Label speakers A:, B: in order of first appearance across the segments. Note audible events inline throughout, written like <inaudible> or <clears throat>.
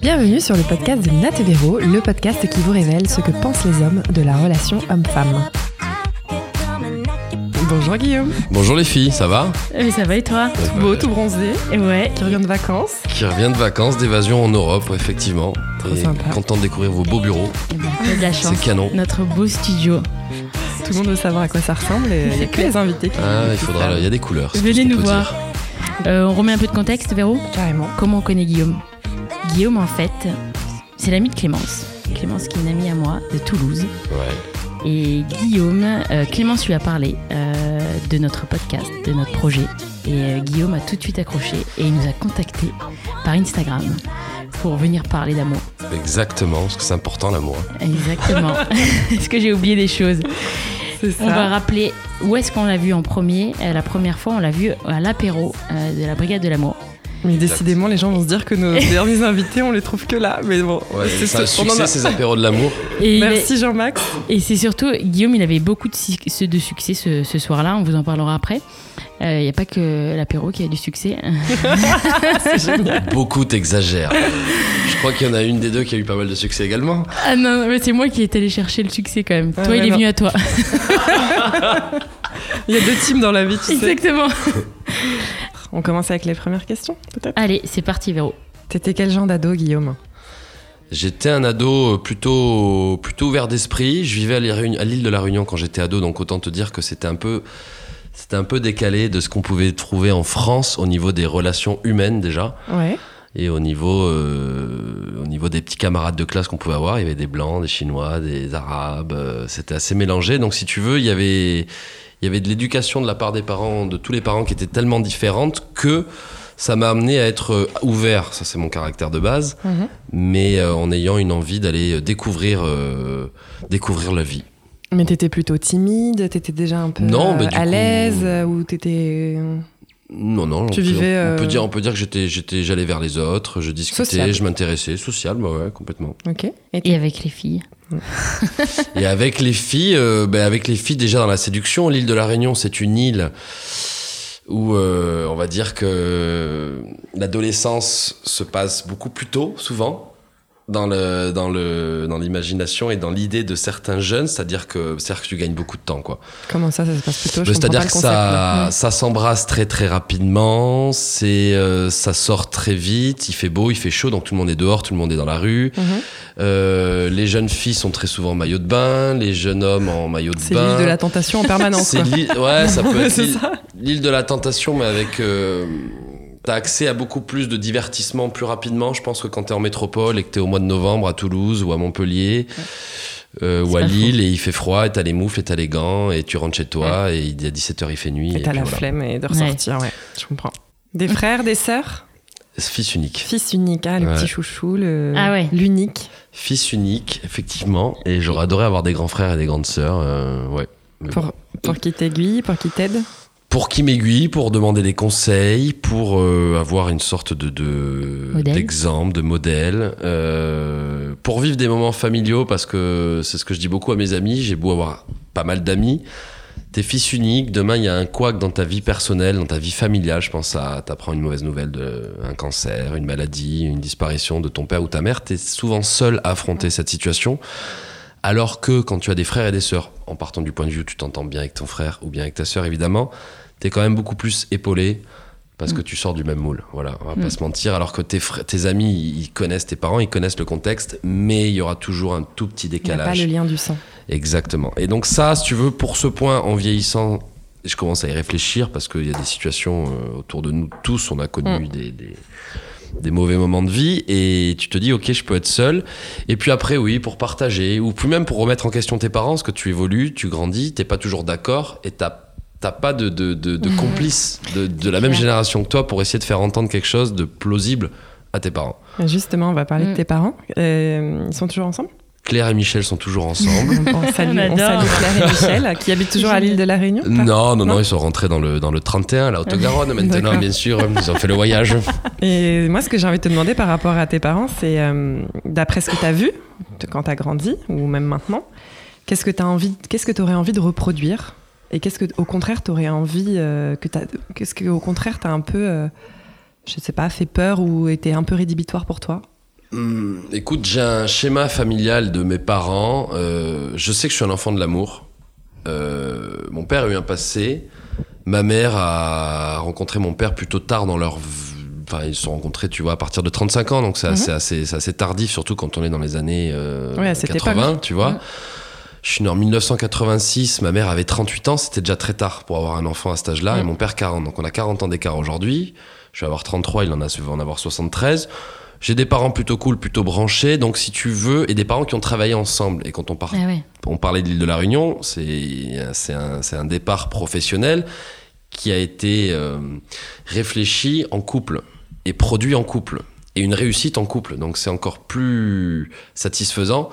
A: Bienvenue sur le podcast de Nat Véro, le podcast qui vous révèle ce que pensent les hommes de la relation homme-femme. Bonjour Guillaume.
B: Bonjour les filles, ça va
C: Mais ça va et toi
A: Tout beau, tout bronzé,
C: Et Ouais.
A: qui revient de vacances.
B: Qui revient de vacances, d'évasion en Europe, effectivement.
A: Trop sympa.
B: content de découvrir vos beaux bureaux,
C: Eh ben, t'as de la chance.
B: c'est canon.
C: Notre beau studio.
A: Tout le monde veut savoir à quoi ça ressemble et il n'y a que les invités qui
B: Ah, il
A: qui
B: faudra,
A: savent.
B: il y a des couleurs. c'est
C: Venez
B: tout ce qu'on
C: nous
B: peut
C: voir.
B: dire.
C: Euh, on remet un peu de contexte, Véro
A: Carrément.
C: Comment on connaît Guillaume Guillaume, en fait, c'est l'ami de Clémence. Clémence, qui est une amie à moi de Toulouse.
B: Ouais.
C: Et Guillaume, euh, Clémence lui a parlé euh, de notre podcast, de notre projet. Et euh, Guillaume a tout de suite accroché et il nous a contacté par Instagram pour venir parler d'amour.
B: Exactement, parce que c'est important l'amour. hein. <laughs>
C: Exactement. <laughs> Est-ce que j'ai oublié des choses
A: C'est ça.
C: On va rappeler où est-ce qu'on l'a vu en premier. Euh, la première fois, on l'a vu à l'apéro euh, de la Brigade de l'amour.
A: Mais décidément, les gens vont se dire que <laughs> nos derniers invités, on les trouve que là. Mais bon,
B: Ouais, c'est un
A: on en
B: succès
A: a-
B: ces apéros de l'amour.
C: Et, il est-
A: Merci Jean-Max.
C: et c'est surtout, Guillaume, il avait beaucoup de, si- ceux de succès ce, ce soir-là. On vous en parlera après. Euh, Il n'y a pas que l'apéro qui a du succès. <laughs>
A: <laughs>
B: Beaucoup t'exagèrent. Je crois qu'il y en a une des deux qui a eu pas mal de succès également.
C: Ah non, mais c'est moi qui est allé chercher le succès quand même.
A: Ah
C: toi,
A: ouais,
C: il est
A: non.
C: venu à <laughs> toi.
A: Il y a deux teams dans la vie, tu sais.
C: Exactement.
A: On commence avec les premières questions, peut-être.
C: Allez, c'est parti, Véro.
A: T'étais quel genre d'ado, Guillaume
B: J'étais un ado euh, plutôt, plutôt ouvert d'esprit. Je vivais à les Réuni- à l'île de la Réunion quand j'étais ado, donc autant te dire que c'était un peu, c'était un peu décalé de ce qu'on pouvait trouver en France au niveau des relations humaines déjà.
A: Ouais.
B: Et au niveau, euh, au niveau des petits camarades de classe qu'on pouvait avoir, il y avait des blancs, des chinois, des arabes. euh, C'était assez mélangé. Donc, si tu veux, il y avait, il y avait de l'éducation de la part des parents, de tous les parents qui étaient tellement différentes que ça m'a amené à être euh, ouvert. Ça, c'est mon caractère de base,
A: Mhm.
B: mais euh, en ayant une envie d'aller découvrir, euh, découvrir la vie.
A: Mais t'étais plutôt timide, t'étais déjà un peu
B: Non,
A: euh,
B: mais du
A: à
B: coup-
A: l'aise euh, ou t'étais. euh,
B: Non, non.
A: Tu
B: on, peut-
A: vivais,
B: on peut
A: euh,
B: dire, on peut dire que j'étais, j'étais, j'allais vers les autres, je discutais,
A: Sociable.
B: je m'intéressais, social, bah ouais, complètement.
A: Ok. Et
C: Et avec les filles.
B: Et avec les filles, euh, ben, avec les filles déjà dans la séduction, l'île de la Réunion, c'est une île où euh, on va dire que l'adolescence se passe beaucoup plus tôt, souvent, dans le dans le dans l'imagination et dans l'idée de certains jeunes, c'est-à-dire que c'est-à-dire que tu gagnes beaucoup de temps, quoi.
A: Comment ça, ça se passe plutôt Je
B: Mais
A: comprends pas
B: Bah, C'est-à-dire
A: le
B: que
A: concept. là. Hmm.
B: ça, ça s'embrasse très très rapidement, c'est euh, ça sort très vite, il fait beau, il fait chaud, donc tout le monde est dehors, tout le monde est dans la rue.
A: Mhm.
B: Euh, les jeunes filles sont très souvent en maillot de bain, les jeunes hommes en maillot de
A: C'est
B: bain.
A: l'île de la tentation en permanence.
B: Ben, <laughs> C'est
A: quoi.
B: l'île- ouais,
A: <laughs>
B: ça peut être
A: C'est
B: l'île-
A: ça.
B: l'île de la tentation, mais avec. euh, T'as accès à beaucoup plus de divertissement plus rapidement, je pense, que quand t'es en métropole et que t'es au mois de novembre à Toulouse ou à Montpellier euh,
C: C'est
B: ou à
C: pas
B: Lille et il fait froid et t'as les moufles et t'as les gants et tu rentres chez toi et il y a 17h il fait nuit.
A: Et t'as
B: puis
A: la
B: voilà.
A: flemme et de ressortir, ouais. Je comprends. Des frères, des sœurs
B: Fils unique.
A: Fils unique, ah, le
B: Ouais.
A: petit chouchou, le...
C: Ah ouais.
A: l'unique.
B: Fils unique, effectivement. Et j'aurais adoré avoir des grands frères et des grandes sœurs. euh, ouais. Mais
A: Pour, pour qui t'aiguille, pour qui t'aide.
B: pour qui m'aiguille, pour demander des conseils, pour euh, avoir une sorte de de-
C: Modèle.
B: d'exemple, de, modèle, euh, pour vivre des moments familiaux, parce que c'est ce que je dis beaucoup à mes amis, j'ai beau avoir pas mal d'amis, t'es fils unique, demain il y a un couac dans ta vie personnelle, dans ta vie familiale, je pense à t'apprends une mauvaise nouvelle, de, un cancer, une maladie, une disparition de ton père ou ta mère, t'es souvent seul à affronter cette situation. Alors que quand tu as des frères et des sœurs, en partant du point de vue où tu t'entends bien avec ton frère ou bien avec ta sœur évidemment, t'es quand même beaucoup plus épaulé parce
A: Mm.
B: que tu sors du même moule. Voilà, on va
C: Mm.
B: pas se mentir. Alors que tes, frères- tes amis, ils connaissent tes parents, ils connaissent le contexte, mais il y aura toujours un tout petit
A: Il n'y a pas le
B: décalage.
A: lien du sang.
B: Exactement. Et donc ça, si tu veux, pour ce point, en vieillissant, je commence à y réfléchir parce qu'il y a des situations euh, autour de nous tous, on a connu des, des, des mauvais moments de vie et tu te dis, ok, je peux être seul. Et puis après, oui, pour partager ou plus même pour remettre en question tes parents, parce que tu évolues, tu grandis, t'es pas toujours d'accord et t'as t'as pas de, de, de, de complice de, de la même
C: clair.
B: génération que toi pour essayer de faire entendre quelque chose de plausible à tes parents.
A: Justement, on va parler
C: Mm.
A: de tes parents. Euh, ils sont toujours ensemble
B: Claire et Michel sont toujours ensemble.
C: <laughs>
A: on, salue,
C: On
A: on
C: adore.
A: salue Claire et Michel, qui habitent toujours à l'île de la Réunion. pas
B: Non, non,
A: Non.
B: non, ils sont rentrés dans le, dans le
A: <laughs>
B: 31, la Haute-Garonne maintenant,
A: D'accord.
B: bien sûr. Ils ont fait le voyage.
A: Et moi, ce que j'ai envie de te demander par rapport à tes parents, c'est euh, d'après ce que tu as vu de- quand tu as grandi, ou même maintenant, qu'est-ce que tu envie, qu'est-ce que aurais envie de reproduire Et qu'est-ce que, au contraire, tu aurais envie euh, que t'as- Qu'est-ce que, au contraire, tu as un peu, euh, je sais pas, fait peur ou était un peu rédhibitoire pour toi
B: Hum, écoute, j'ai un schéma familial de mes parents. Euh, je sais que je suis un enfant de l'amour. Euh, mon père a eu un passé. Ma mère a rencontré mon père plutôt tard dans leur... v- Enfin, ils se sont rencontrés, tu vois, à partir de 35 ans. Donc, c'est
A: Mhm.
B: assez, assez- c'est assez tardif, surtout quand on est dans les années euh,
A: Ouais, à cette
B: 80, tu vois.
C: Mhm.
B: Je suis né en 1986, ma mère avait 38 ans, c'était déjà très tard pour avoir un enfant à cet âge-là, et
C: Mhm.
B: mon père 40. Donc, on a 40 ans d'écart aujourd'hui. Je vais avoir 33, il en a, va en avoir 73. J'ai des parents plutôt cool, plutôt branchés, donc si tu veux, et des parents qui ont travaillé ensemble. Et quand on, par-
C: <laughs> Ah ouais.
B: on parlait de l'île de la Réunion, c'est c'est un, c'est un départ professionnel qui a été euh, réfléchi en couple et produit en couple et une réussite en couple. Donc c'est encore plus satisfaisant.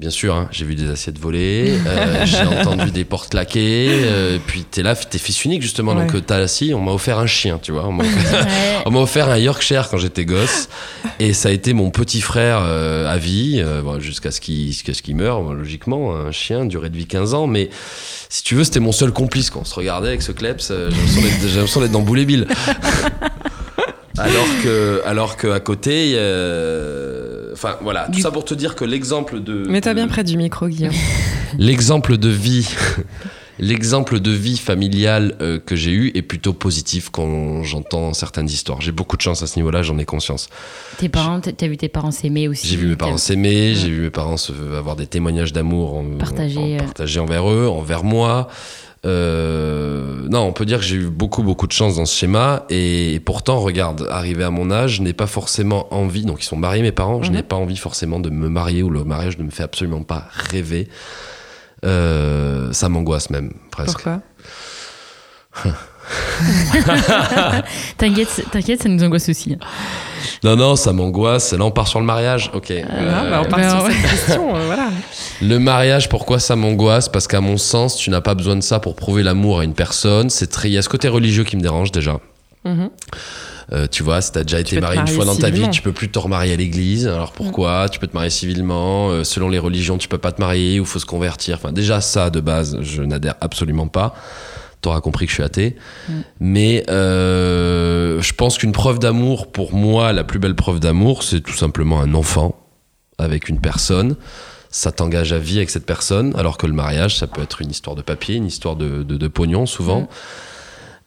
B: Bien sûr, hein, j'ai vu des assiettes volées, euh, j'ai entendu des portes claquer, euh, et puis t'es là, t'es fils unique justement, donc
A: Ouais.
B: euh, t'as si, on m'a offert un chien, tu vois, on m'a offert-
C: Ouais.
B: on m'a offert un Yorkshire quand j'étais gosse et ça a été mon petit frère euh, à vie euh, bon, jusqu'à ce qu'il jusqu'à ce qu'il meure bon, logiquement un chien durée de vie 15 ans mais si tu veux c'était mon seul complice quand on se regardait avec ce kleps euh, j'ai l'impression d'être- j'ai l'impression d'être dans Boulet Bill <laughs> alors que alors que à côté euh, enfin voilà tout
C: Du-
B: ça pour te dire que l'exemple de
A: Mets-toi
B: de-
C: Euh,
A: bien près du micro,
C: <laughs>
A: Guillaume.
B: L'exemple de vie, <laughs> l'exemple de vie familiale euh, que j'ai eu est plutôt positif quand j'entends certaines histoires. J'ai beaucoup de chance à ce niveau-là, j'en ai conscience.
C: <laughs> Tes parents, t'as t'as vu tes parents s'aimer aussi.
B: J'ai vu mes
C: t'as-
B: parents s'aimer,
C: Ouais.
B: j'ai vu mes parents se, avoir des témoignages d'amour en- en-
C: Partagés,
B: en-
C: euh.
B: partagés envers eux, envers moi. Euh, non, on peut dire que j'ai eu beaucoup beaucoup de chance dans ce schéma et, pourtant, regarde, arrivé à mon âge, je n'ai pas forcément envie. Donc ils sont mariés mes parents, je
A: Mhm.
B: n'ai pas envie forcément de me marier ou le mariage ne me fait absolument pas rêver. Euh, ça m'angoisse même presque.
A: Pourquoi
C: T'inquiète, t'inquiète, ça nous angoisse aussi. hein.
B: Non non, ça m'angoisse. Là on part sur le mariage, ok.
A: Ah, bah, On
B: Euh,
A: part
C: ben,
A: sur
C: ouais.
A: cette question, euh,
C: <laughs>
A: voilà.
B: Le mariage, pourquoi ça m'angoisse Parce qu'à mon sens, tu n'as pas besoin de ça pour prouver l'amour à une personne. C'est très... Il y a ce côté religieux qui me dérange déjà.
C: Ah,
A: Mhm.
B: Euh, tu vois, si t'as déjà
A: peux
B: été
A: te
B: marié une
A: marier
B: fois dans ta vie,
A: civilement. Mm.
B: tu peux plus te remarier à l'église. Alors pourquoi Tu peux te marier civilement. euh, selon les religions, tu peux pas te marier ou faut se convertir. Enfin, déjà ça de base, je n'adhère absolument pas. T'auras compris que je suis athée.
C: Mm.
B: Mais euh, je pense qu'une preuve d'amour, pour moi, la plus belle preuve d'amour, c'est tout simplement un enfant avec une personne. Ça t'engage à vie avec cette personne, alors que le mariage, ça peut être une histoire de papier, une histoire de, de, de pognon souvent.
C: Mm.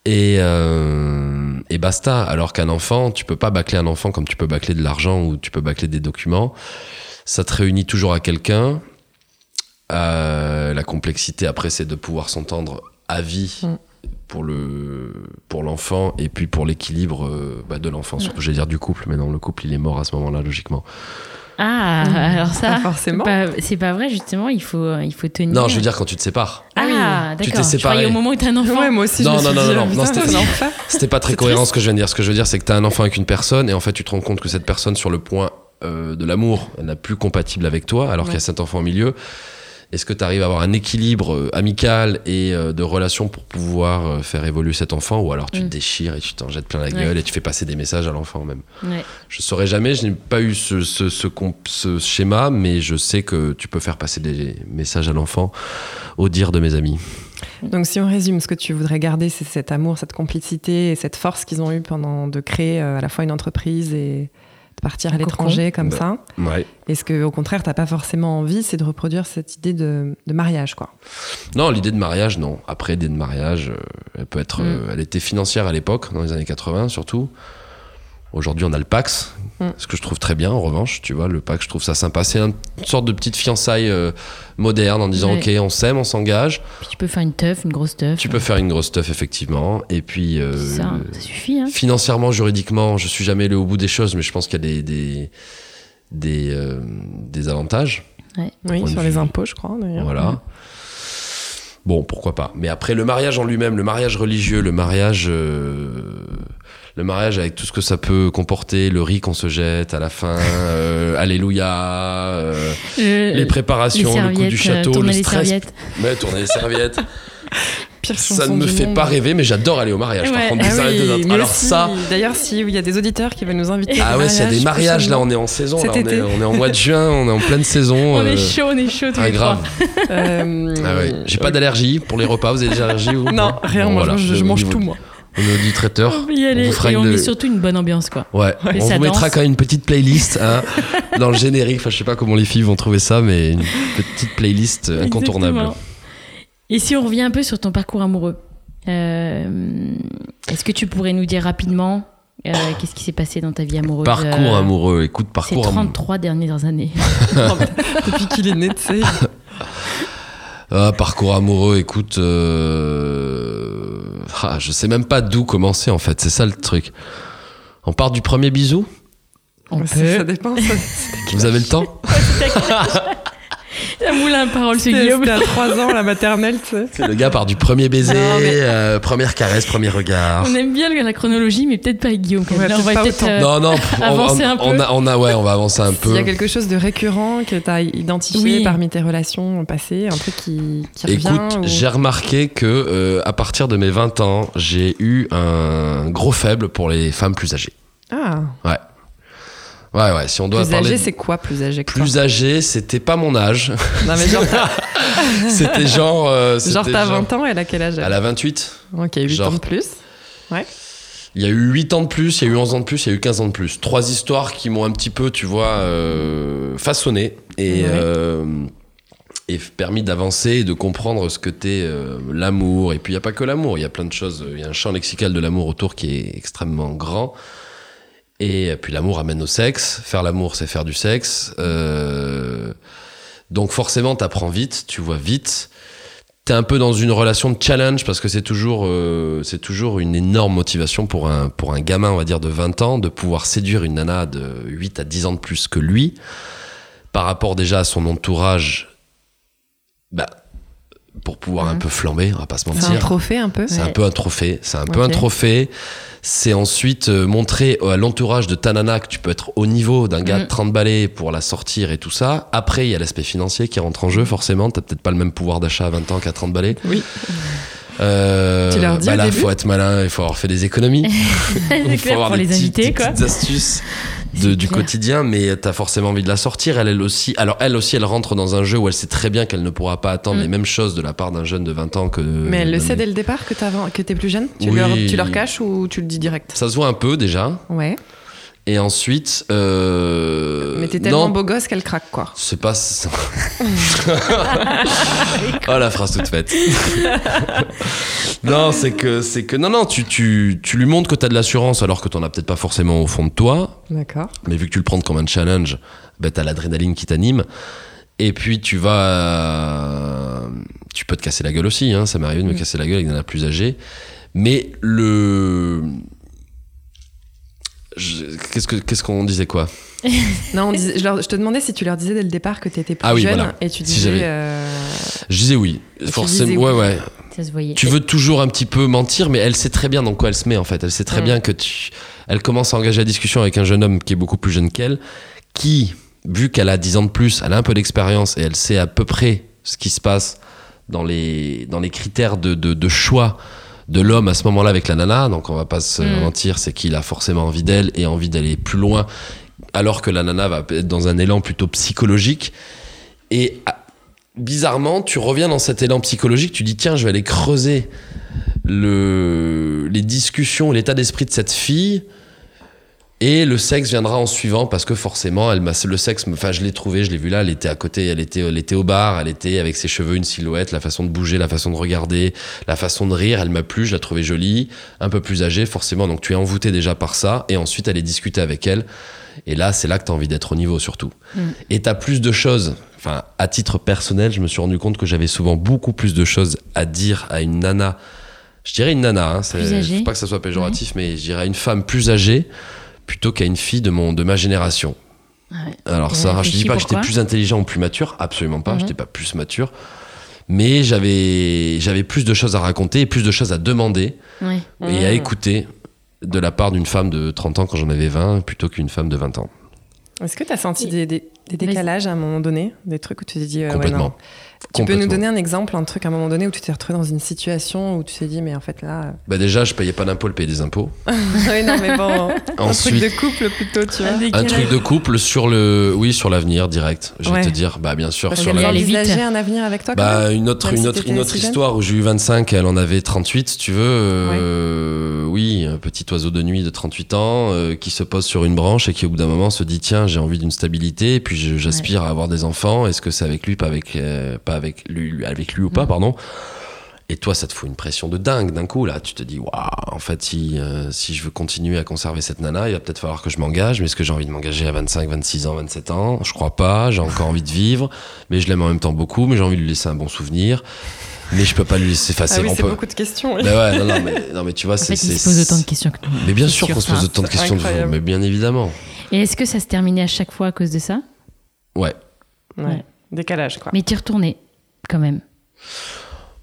B: Et, euh, et basta. Alors qu'un enfant, tu peux pas bâcler un enfant comme tu peux bâcler de l'argent ou tu peux bâcler des documents. Ça te réunit toujours à quelqu'un. Euh, la complexité après, c'est de pouvoir s'entendre à vie
A: Mm.
B: pour le pour l'enfant et puis pour l'équilibre euh, bah, de l'enfant.
C: Mm.
B: J'allais dire du couple, mais non, le couple il est mort à ce moment-là logiquement.
C: Ah, <laughs> alors
A: Pas
C: ça.
A: forcément.
C: pas- c'est pas vrai, justement, il faut, euh, il faut tenir.
B: Non, je veux dire quand tu te sépares.
C: Ah,
B: Tu t'es
C: d'accord. Je
B: séparé.
C: croyais au moment où t'as un enfant.
A: Ouais, moi aussi,
B: Non,
A: je me suis
B: non, non,
A: dit,
B: non,
A: ah,
B: non,
A: putain,
B: c'était
A: c'est
B: pas-
A: l'enfer.
B: C'était pas très
A: C'est
B: cohérent
A: triste.
B: ce que je viens de dire. Ce que je veux dire, c'est que t'as un enfant avec une personne et en fait, tu te rends compte que cette personne, sur le point euh, de l'amour, elle n'a plus compatible avec toi,
A: Ouais.
B: alors qu'il y a cet enfant au milieu. Est-ce que tu arrives à avoir un équilibre euh, amical et euh, de relation pour pouvoir euh, faire évoluer cet enfant ou alors tu
C: Mm.
B: te déchires et tu t'en jettes plein la
C: Ouais.
B: gueule et tu fais passer des messages à l'enfant même
C: Ouais.
B: Je saurais jamais, je n'ai pas eu ce, ce, ce, comp- ce schéma, mais je sais que tu peux faire passer des messages à l'enfant au dire de mes amis.
A: Donc, si on résume, ce que tu voudrais garder, c'est cet amour, cette complicité et cette force qu'ils ont eue pendant de créer euh, à la fois une entreprise et de partir à
C: Un cocon.
A: l'étranger comme
B: Bah.
A: ça.
B: Ouais.
A: Et ce que, au contraire, t'as pas forcément envie, c'est de reproduire cette idée de, de mariage, quoi.
B: Non, l'idée de mariage, non. Après, l'idée de mariage, euh, elle peut être.
C: Mm.
B: euh, elle était financière à l'époque, dans les années 80 surtout. Aujourd'hui, on a le Pax,
A: Mm.
B: ce que je trouve très bien en revanche. Tu vois, le Pax, je trouve ça sympa. C'est un- une sorte de petite fiançaille euh, moderne en disant
C: Ouais.
B: Ok, on s'aime, on s'engage.
C: Puis tu peux faire une teuf, une grosse teuf.
B: Tu peux faire une grosse teuf, effectivement. Et puis. euh,
C: Ça,
B: euh,
C: ça suffit, hein.
B: Financièrement, juridiquement, je suis jamais allé au bout des choses, mais je pense qu'il y a des. des des, euh, des avantages.
A: Oui,
B: Point de
A: sur
B: vue.
A: les impôts, je crois, d'ailleurs.
B: Voilà. Bon, pourquoi pas. Mais après, le mariage en lui-même, le mariage religieux, le mariage, euh, le mariage avec tout ce que ça peut comporter, le riz qu'on se jette à la fin, euh, alléluia, euh,
C: Euh,
B: les préparations, le coup
C: serviettes,
B: du
C: euh,
B: château,
C: tourner
B: le
C: les
B: stress.
C: serviettes.
B: Ouais, tourner les
C: <laughs>
B: serviettes.
A: Pire
B: ça ne
A: chanson
B: me
A: du
B: fait
A: monde.
B: pas rêver, mais j'adore aller au mariage. Par
C: Ouais.
B: contre,
A: Ah
B: des serviettes des
A: oui,
B: autres.
A: mais
B: Alors
A: si,
C: <laughs>
B: ça.
A: D'ailleurs, si il y a des auditeurs qui veulent nous inviter.
B: Ah
A: au
B: ouais, s'il y a des
A: mariage,
B: mariages, là,
A: prochainement.
B: on est en saison,
A: Cet
B: là, on, est,
A: été.
B: on est en mois de juin, on est en pleine saison.
C: <laughs> On est
B: euh,
C: chaud, on est chaud tous
B: ah,
C: les
B: grave.
C: trois.
A: Euh,
B: Ah ouais. J'ai pas d'allergie pour les repas, vous avez des allergies vous
A: <laughs> Non, rien,
B: Bon,
A: moi,
B: voilà.
A: je, je
B: Au
A: mange
B: niveau-
A: tout, moi.
B: On est du
A: <laughs>
B: traiteur.
C: On peut y aller.
B: vous fera
C: Et on
B: une- euh,
C: met surtout une bonne ambiance, quoi.
B: Ouais,
C: Et
B: on
C: ça
B: vous mettra
A: <laughs>
C: danse.
B: quand même une petite playlist hein, dans le générique. Enfin, je sais pas comment les filles vont trouver ça, mais une petite playlist euh, incontournable.
C: Exactement. Et si on revient un peu sur ton parcours amoureux, euh, est-ce que tu pourrais nous dire rapidement euh, qu'est-ce qui s'est passé dans ta vie amoureuse
B: Parcours
C: euh,
B: amoureux, écoute, parcours
C: Ces
B: amoureux.
C: 33 dernières années.
A: Depuis qu'il est né, tu <laughs> sais.
B: Ah, parcours amoureux, écoute, euh... ah, je sais même pas d'où commencer en fait, c'est ça le truc. On part du premier bisou
C: On
A: Ça,
C: peut.
A: ça dépend. ça.
B: Vous avez le temps
C: Ça moule un parole, ce
A: C'était
C: Guillaume.
A: c'était à 3 ans, la maternelle, tu sais.
B: Le gars part du premier baiser,
A: Non, mais-
B: euh, première caresse, premier regard.
C: On aime bien la chronologie, mais peut-être pas avec Guillaume. quand
A: Ouais,
C: même. Là, on va
A: peut-être pas
C: peut-être.
A: autant.
C: euh,
B: Ah. Non, non, pff, on,
C: avancer
B: on-
C: un peu.
B: on a, on a- ouais, on va avancer un
A: Il y
B: peu.
A: a quelque chose de récurrent que tu as identifié
C: Oui.
A: parmi tes relations passées, un truc qui, qui
B: Écoute,
A: revient ou-
B: j'ai remarqué que euh, à partir de mes 20 ans, j'ai eu un gros faible pour les femmes plus âgées.
A: Ah,
B: Ouais, ouais, si on doit
A: plus
B: parler
A: âgé,
B: de-
A: c'est quoi plus âgé que toi
B: plus âgées, c'était pas mon âge. <laughs>
A: Non, mais genre,
B: c'était genre euh,
A: genre
B: c'était
A: t'as 20 ans, elle a quel âge
B: Elle a 28.
A: Ok, 8
B: genre-
A: ans de plus.
B: Il y a eu 8 ans de plus, il y a eu 11 ans de plus, il y a eu 15 ans de plus. Trois histoires qui m'ont un petit peu, tu vois, euh, façonné et,
A: Ouais.
B: euh, et permis d'avancer et de comprendre ce que t'es euh, l'amour. Et puis il n'y a pas que l'amour, il y a plein de choses. Il y a un champ lexical de l'amour autour qui est extrêmement grand. Et puis l'amour amène au sexe. Faire l'amour, c'est faire du sexe. Euh, donc forcément, t'apprends vite, tu vois vite. T'es un peu dans une relation de challenge parce que c'est toujours, euh, c'est toujours une énorme motivation pour un, pour un gamin, on va dire, de 20 ans, de pouvoir séduire une nana de 8 à 10 ans de plus que lui par rapport déjà à son entourage. Bah, pour pouvoir un
C: Mhm.
B: peu flamber, on va pas se
A: C'est un
B: mentir.
A: trophée un peu.
B: C'est un
C: Ouais.
B: peu un trophée. C'est un peu un
A: Ok.
B: trophée. C'est ensuite euh, montrer à l'entourage de Tanana que tu peux être au niveau d'un gars de
A: Mm.
C: Mhm.
B: 30 balais pour la sortir et tout ça. Après, il y a l'aspect financier qui rentre en jeu, forcément. T'as peut-être pas le même pouvoir d'achat à 20 ans qu'à 30 balais.
A: Oui.
B: Euh,
A: Tu leur dis
B: bah
A: au
B: là,
A: début
B: faut être malin, il faut avoir fait
A: <laughs>
B: des économies.
C: C'est
B: il faut
C: clair,
B: avoir
C: pour
B: des
C: les
B: petites-
C: invités, quoi.
B: petites astuces de-
C: C'est
B: du
C: clair.
B: quotidien, mais t'as forcément envie de la sortir. Elle, elle aussi. Alors, elle aussi, elle rentre dans un jeu où elle sait très bien qu'elle ne pourra pas attendre
C: Mm.
B: les mêmes choses de la part d'un jeune de 20 ans que.
A: Mais elle le
B: d'un
A: sait dès le départ que t'as vingt- que t'es plus jeune tu,
B: Oui.
A: leur, tu leur caches ou tu le dis direct
B: Ça se voit un peu déjà.
A: Ouais.
B: Et ensuite. Euh...
A: mais t'es tellement
B: non,
A: beau gosse qu'elle craque, quoi.
B: C'est pas.
A: <laughs>
B: oh Ah, la phrase toute faite. non, c'est que c'est que non non tu tu tu lui montres que t'as de l'assurance alors que t'en as peut-être pas forcément au fond de toi,
A: D'accord.
B: mais vu que tu le prends comme un challenge, bah t'as l'adrénaline qui t'anime. Et puis tu vas, tu peux te casser la gueule aussi. Hein. Ça m'est arrivé de me
A: Mm.
B: casser la gueule avec des nanas plus âgées. Mais le, Je- qu'est-ce que qu'est-ce qu'on disait quoi
A: Non, on disait- je, leur- je te demandais si tu leur disais dès le départ que t'étais plus
B: Ah oui,
A: jeune
B: voilà.
A: et tu
B: Si
A: disais.
B: j'avais-
A: euh,
B: Je disais oui,
A: tu
B: forcément.
A: disais
B: Ouais,
A: oui.
B: ouais.
C: Ça se voyait.
B: Tu veux toujours un petit peu mentir, mais elle sait très bien dans quoi elle se met en fait. Elle sait très
A: Mm.
B: bien que tu. Elle commence à engager la discussion avec un jeune homme qui est beaucoup plus jeune qu'elle, qui, vu qu'elle a 10 ans de plus, elle a un peu d'expérience et elle sait à peu près ce qui se passe dans les, dans les critères de, de, de choix de l'homme à ce moment-là avec la nana. Donc on va pas se
C: Mm.
B: mentir, c'est qu'il a forcément envie d'elle et envie d'aller plus loin, alors que la nana va être dans un élan plutôt psychologique. Et ah, bizarrement, tu reviens dans cet élan psychologique, tu dis tiens, je vais aller creuser le, les discussions, l'état d'esprit de cette fille. Et le sexe viendra en suivant parce que forcément, elle m'a, le sexe, me- enfin, je l'ai trouvé, je l'ai vu là, elle était à côté, elle était, elle était au bar, elle était avec ses cheveux, une silhouette, la façon de bouger, la façon de regarder, la façon de rire, elle m'a plu, je la trouvais jolie, un peu plus âgée, forcément, donc tu es envoûté déjà par ça, et ensuite aller discuter avec elle, et là, c'est là que t'as envie d'être au niveau surtout.
C: Mm.
B: Et t'as plus de choses, enfin, à titre personnel, je me suis rendu compte que j'avais souvent beaucoup plus de choses à dire à une nana, je dirais une nana, hein, c'est,
C: Plus âgée.
B: je veux pas que ça soit péjoratif, mais je dirais à une femme plus âgée, plutôt qu'à une fille de, mon, de ma génération.
C: Ouais.
B: Alors
C: T'as
B: ça, je dis
C: réfléchi
B: pas que j'étais
C: pourquoi
B: plus intelligent ou plus mature, absolument pas,
C: Mhm.
B: j'étais pas plus mature, mais j'avais j'avais plus de choses à raconter et plus de choses à demander
C: Ouais.
B: et à
A: Mhm.
B: écouter de la part d'une femme de 30 ans quand j'en avais 20 plutôt qu'une femme de 20 ans.
A: Est-ce que tu as senti
C: Et-
A: des, des- des
C: Vas-y.
A: décalages à un moment donné Des trucs où tu t'es dit. euh, ouais,
B: Complètement.
A: non. Tu peux nous
B: Complètement.
A: donner un exemple, un truc à un moment donné où tu t'es retrouvé dans une situation où tu t'es dit, mais en fait là.
B: Bah déjà, je payais pas d'impôts, je payais des impôts.
A: oui, <laughs> non, mais bon. un truc
B: Ensuite,
A: de couple plutôt, tu vois.
B: un truc de couple sur le, oui, sur l'avenir direct. Je vais
A: Ouais.
B: te dire, bah bien sûr,
A: Parce
B: sur
A: qu'elle
C: la-
A: a
B: l'avenir.
C: Allez vite.
A: envisagé un avenir avec toi quand
B: Bah
A: même.
B: une autre,
A: Même
B: une
A: si
B: autre,
A: t'étais
B: une autre
A: si jeune.
B: histoire où j'ai eu 25, elle en avait 38, si tu veux. euh, Oui, un petit oiseau de nuit de 38 ans euh, qui se pose sur une branche et qui au bout d'un moment se dit tiens j'ai envie d'une stabilité et puis je- j'aspire à avoir des enfants. Est-ce que c'est avec lui, pas avec, euh, pas avec lui, lui- avec lui ou pas,
C: Mm.
B: pardon. Et toi, ça te fout une pression de dingue d'un coup là. Tu te dis waouh, en fait si euh, si je veux continuer à conserver cette nana, il va peut-être falloir que je m'engage. Mais est-ce que j'ai envie de m'engager à 25, 26 ans, 27 ans Je crois pas. J'ai encore envie de vivre mais je l'aime en même temps beaucoup, mais j'ai envie de lui laisser un bon souvenir. Mais je peux pas lui laisser
A: Ah
B: effacer.
A: oui,
B: on
A: c'est
B: <laughs> peut- Bah,
A: beaucoup de questions. oui.
B: Mais ouais, non, non,
C: <laughs>
B: mais, non, mais tu vois,
C: En
B: c'est.
C: fait, il
B: c'est-
C: se pose autant de questions que nous.
B: Mais bien
C: C'est
B: sûr
C: sûr,
B: qu'on se
C: ça.
B: pose autant de
A: C'est
B: questions de vous,
A: incroyable.
B: mais bien évidemment.
C: Et est-ce que ça se terminait à chaque fois à cause de ça
B: Ouais.
A: Ouais. Décalage, quoi.
C: Mais t'y retournais quand même.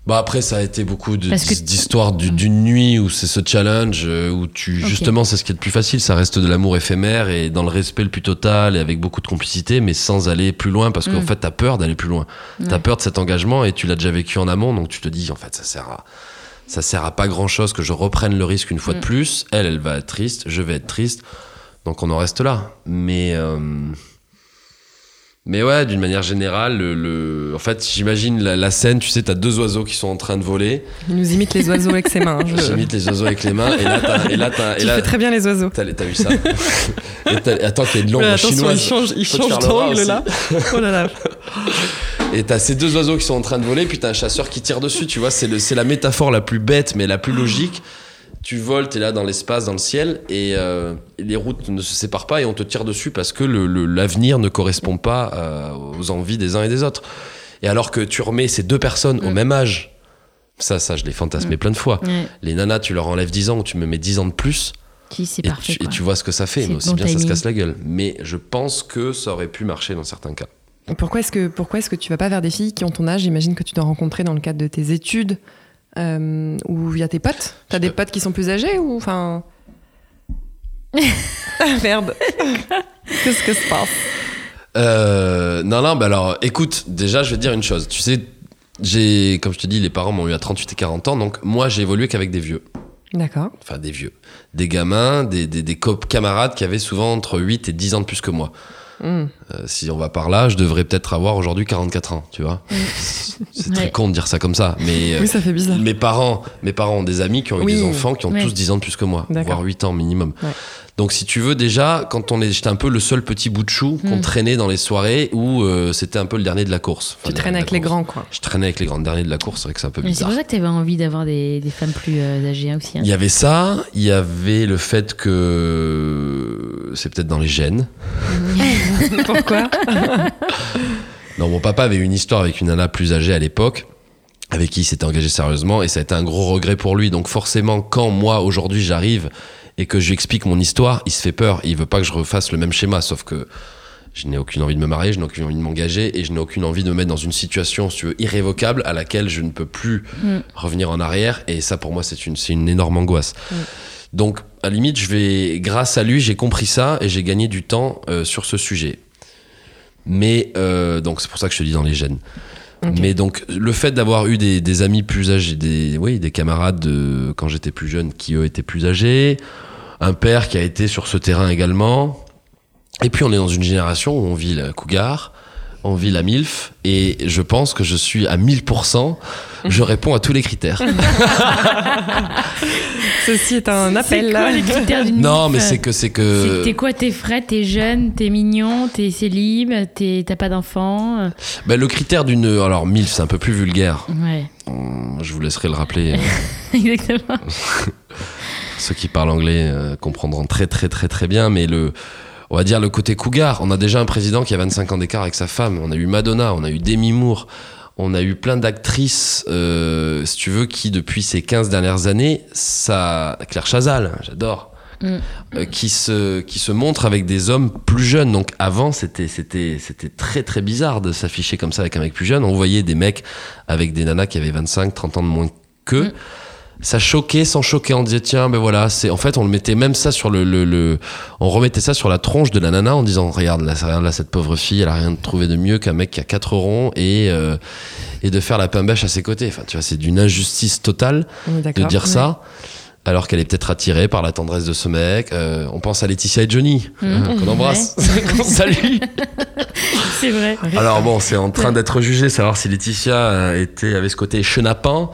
B: Bah après, ça a été beaucoup de-
C: Parce que-
B: d'histoires du- d'une nuit où c'est ce challenge, euh, où tu.
C: Mm. Ok.
B: Justement, c'est ce qui est le plus facile. Ça reste de l'amour éphémère et dans le respect le plus total et avec beaucoup de complicité, mais sans aller plus loin parce qu'en
C: Mm.
B: fait, t'as peur d'aller plus loin. T'as
C: Ouais.
B: peur de cet engagement et tu l'as déjà vécu en amont, donc tu te dis en fait ça sert à ça sert à pas grand chose que je reprenne le risque une fois de
C: Mm.
B: plus. Elle, elle va être triste, je vais être triste, donc on en reste là. Mais euh, mais ouais, d'une manière générale, le, le- en fait j'imagine la, la scène, tu sais, t'as deux oiseaux qui sont en train de voler,
A: Il nous imite les oiseaux avec ses mains. hein, je-
B: j'imite les oiseaux avec les mains et là t'as et là t'as et
A: Tu
B: là
A: fais très bien les oiseaux.
B: t'as t'as vu ça Et t'as- Attends, qu'il y a de
A: Mais
B: l'ombre
A: attention, il
B: chinoise.
A: change, il
B: Faut te
A: change
B: faire l'aura
A: d'angle
B: <laughs>
A: là. Oh là là.
B: Et t'as ces deux oiseaux qui sont en train de voler, puis t'as un chasseur qui tire dessus, tu vois. C'est le- c'est la métaphore la plus bête, mais la plus logique. Tu voles, t'es là dans l'espace, dans le ciel, et euh, les routes ne se séparent pas et on te tire dessus parce que le- le- l'avenir ne correspond pas euh, aux envies des uns et des autres. Et alors que tu remets ces deux personnes au
C: Mm.
B: même âge, ça, ça, je l'ai fantasmé
A: Mm.
B: plein de fois.
C: Ouais.
B: Les nanas, tu leur enlèves 10 ans ou tu me mets 10 ans de plus,
C: Qui, c'est
B: et
C: parfait.
B: tu, et
C: quoi.
B: tu vois ce que ça fait.
C: C'est
B: Mais
C: le
B: aussi
C: bon
B: bien, ça se
C: timing.
B: casse la gueule. Mais je pense que ça aurait pu marcher dans certains cas.
A: Pourquoi est-ce que pourquoi est-ce que tu vas pas vers des filles qui ont ton âge J'imagine que tu dois rencontrer dans le cadre de tes études euh, ou via tes potes. T'as des
B: peux-
A: potes qui sont plus âgés ou
C: <laughs>
A: enfin Ah, Merde. <laughs> Qu'est-ce que se passe
B: Euh, non, non, bah alors, écoute, déjà, je vais te dire une chose. Tu sais, j'ai, comme je te dis, les parents m'ont eu à 38 et 40 ans, donc moi, j'ai évolué qu'avec des vieux.
A: D'accord.
B: Enfin, des vieux. Des gamins, des, des, des cop- camarades qui avaient souvent entre 8 et 10 ans de plus que moi.
A: Hmm.
B: Euh, si on va par là, je devrais peut-être avoir aujourd'hui 44 ans, tu vois.
C: <laughs>
B: C'est très
C: Ouais.
B: con de dire ça comme ça, mais. euh,
A: Oui, ça fait bizarre.
B: <laughs> mes parents, mes parents ont des amis qui ont eu
A: Oui.
B: des enfants qui ont
C: Ouais.
B: tous 10 ans de plus que moi,
A: D'accord.
B: voire 8 ans minimum.
A: Ouais.
B: Donc si tu veux déjà, quand on est, j'étais un peu le seul petit bout de chou qu'on
C: Hmm.
B: traînait dans les soirées où euh, c'était un peu le dernier de la course.
A: Tu
B: Enfin, le dernier
A: traînes
B: de la
A: avec les
B: course.
A: grands
B: <laughs>
A: quoi.
B: Je traînais avec les grands derniers de la course, c'est vrai que c'est un peu
C: Mais c'est
B: bizarre.
C: pour ça que t'avais envie d'avoir des, des femmes plus euh, âgées hein, aussi. hein.
B: Il y avait ça, il y avait le fait que c'est peut-être dans les gènes.
A: Pourquoi
B: Non, mon papa avait eu une histoire avec une nana plus âgée à l'époque, avec qui il s'était engagé sérieusement, et ça a été un gros regret pour lui. Donc forcément, quand moi, aujourd'hui, j'arrive et que je lui explique mon histoire, il se fait peur. Il veut pas que je refasse le même schéma, sauf que je n'ai aucune envie de me marier, je n'ai aucune envie de m'engager, et je n'ai aucune envie de me mettre dans une situation, si tu veux, irrévocable, à laquelle je ne peux plus
C: Mm.
B: revenir en arrière, et ça, pour moi, c'est une, c'est une énorme angoisse.
A: Mm.
B: Donc, à la limite, je vais, grâce à lui, j'ai compris ça, et j'ai gagné du temps euh, sur ce sujet. Mais euh, donc c'est pour ça que je te dis dans les gènes.
A: Ok.
B: Mais donc le fait d'avoir eu des, des amis plus âgés, des oui, des camarades de, quand j'étais plus jeune qui eux étaient plus âgés, un père qui a été sur ce terrain également. Et puis on est dans une génération où on vit la cougar, on vit la milf, et je pense que je suis à 1000%, je réponds à tous les critères.
A: Ceci est un appel
C: C'est quoi
A: là.
C: les critères d'une
B: non,
C: meuf euh,
B: mais c'est que c'est que
C: C'est- T'es quoi T'es frais, t'es jeune, t'es mignon, t'es célib, t'es- t'as pas d'enfant. euh,
B: ben, le critère d'une alors milf c'est un peu plus vulgaire.
C: Ouais,
B: Hum, Je vous laisserai le rappeler. euh,
C: <laughs> exactement.
B: Ceux qui parlent anglais euh, comprendront très très très très bien, mais le, on va dire le côté cougar. On a déjà un président qui a 25 ans d'écart avec sa femme. On a eu Madonna, on a eu Demi Moore, on a eu plein d'actrices, euh, si tu veux, qui depuis ces 15 dernières années, ça, Claire Chazal, j'adore.
C: Mm.
B: euh, qui se qui se montrent avec des hommes plus jeunes donc avant c'était c'était c'était très très bizarre de s'afficher comme ça avec un mec plus jeune on voyait des mecs avec des nanas qui avaient 25 30 ans de moins qu'eux
C: Mm.
B: ça choquait sans choquer. On disait tiens, ben voilà, c'est en fait on le mettait même ça sur le, le, le- on remettait ça sur la tronche de la nana en disant regarde là, regarde là cette pauvre fille, elle a rien trouvé de mieux qu'un mec qui a quatre ronds et euh, et de faire la pimbèche à ses côtés. Enfin tu vois, c'est d'une injustice totale
A: On est
B: de
A: d'accord.
B: dire ça. Alors qu'elle est peut-être attirée par la tendresse de ce mec. Euh, on pense à Laetitia et Johnny,
C: Mmh.
B: hein, <laughs> qu'on embrasse, qu'on salue.
C: C'est vrai.
B: Alors bon, c'est en train d'être jugé, savoir si Laetitia euh, était, avait ce côté
C: <laughs>
B: chenapin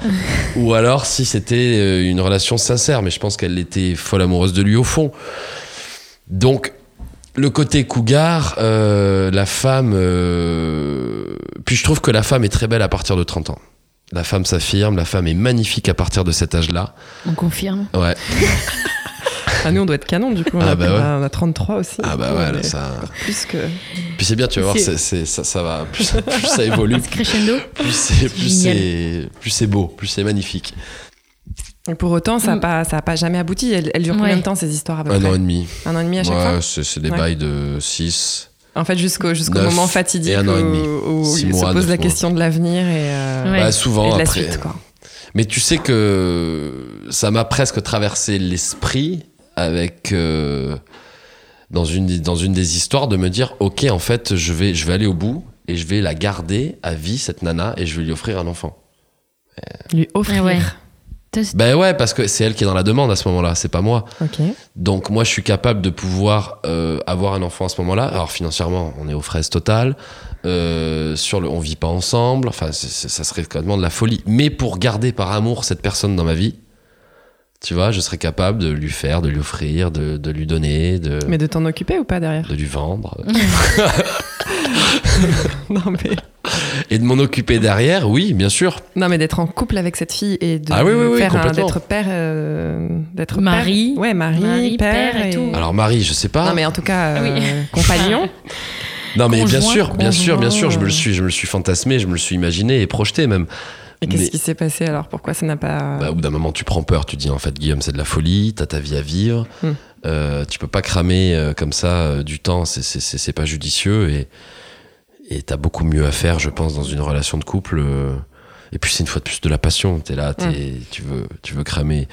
B: ou alors si c'était euh, une relation sincère. Mais je pense qu'elle était folle amoureuse de lui au fond. Donc, le côté cougar, euh, la femme. euh, Puis je trouve que la femme est très belle à partir de 30 ans. La femme s'affirme, la femme est magnifique à partir de cet âge-là.
C: On confirme.
B: Ouais.
A: Ah, nous, on doit être canon, du coup. On,
B: Ah,
A: a,
B: bah
A: on a-
B: ouais.
A: on a 33 aussi.
B: Ah bah ouais, là,
A: ça.
B: ça.
A: Plus que.
B: Puis c'est bien, tu vas voir,
C: C'est-
B: c'est- c'est- ça, ça va. Plus, plus ça
C: <laughs>
B: évolue,
C: Crescendo.
B: plus c'est plus
C: Génial.
B: c'est plus c'est beau, plus c'est magnifique.
A: Et pour autant, ça n'a
C: Mm.
A: pas, ça a pas jamais abouti. Elles, elles durent
C: Ouais.
A: combien de temps, ces histoires à peu
B: Un
A: près
B: an et demi.
A: Un an et demi à chaque
B: Ouais,
A: fois
B: c'est c'est des
A: Ouais.
B: bails de 6.
A: En fait, jusqu'au jusqu'au
B: Neuf
A: moment fatidique
B: et un an et demi.
A: où, où
B: Six
A: il
B: mois,
A: se pose
B: neuf
A: la
B: mois.
A: question de l'avenir et, euh,
C: Ouais.
B: Bah,
A: et
B: souvent
A: de la
B: après.
A: suite. Quoi.
B: Mais tu sais que ça m'a presque traversé l'esprit avec. euh, dans, une, dans une des histoires, de me dire Ok, en fait, je vais, je vais aller au bout et je vais la garder à vie, cette nana, et je vais lui offrir un enfant.
A: Lui offrir.
C: Ah ouais. Toi, c'est-
B: Ben ouais, parce que c'est elle qui est dans la demande à ce moment-là, c'est pas moi.
A: Ok.
B: Donc moi, je suis capable de pouvoir euh, avoir un enfant à ce moment-là. Alors financièrement, on est aux fraises totales. Euh, sur le, on vit pas ensemble. Enfin, c'est- c'est- ça serait complètement de la folie. Mais pour garder par amour cette personne dans ma vie, tu vois, je serais capable de lui faire, de lui offrir, de, de lui donner, de,
A: Mais de t'en occuper ou pas derrière <laughs>
B: de lui vendre euh,
A: Non, mais,
B: et de m'en occuper derrière. Oui, bien sûr.
A: non, mais d'être en couple avec cette fille et de
B: Ah oui, oui, oui,
A: faire un-
B: complètement.
A: d'être père. euh, d'être
C: Mari.
A: père. Ouais, mari,
C: Mari,
A: père,
C: père et
A: et
C: tout.
B: Alors Marie, je sais pas.
A: Non, mais en tout cas,
C: Ah oui.
A: euh,
C: <laughs>
A: compagnon.
B: Non, mais bien
C: Conjoint,
B: sûr, bien sûr, bien sûr. Je me le
C: conjoint.
B: suis, je me le suis fantasmé, je me le suis imaginé et projeté même.
A: Et qu'est-ce
B: Mais-
A: qui s'est passé alors Pourquoi ça n'a pas.
B: Bah, au bout d'un moment, tu prends peur. Tu dis, en fait, Guillaume, c'est de la folie. T'as ta vie à vivre.
A: Hmm.
B: Euh, tu peux pas cramer euh, comme ça euh, du temps. C'est- C'est c'est- c'est pas judicieux. Et et t'as beaucoup mieux à faire, je pense, dans une relation de couple. euh. Et puis, c'est une fois de plus de la passion. T'es là, t'es- tu, veux, tu veux cramer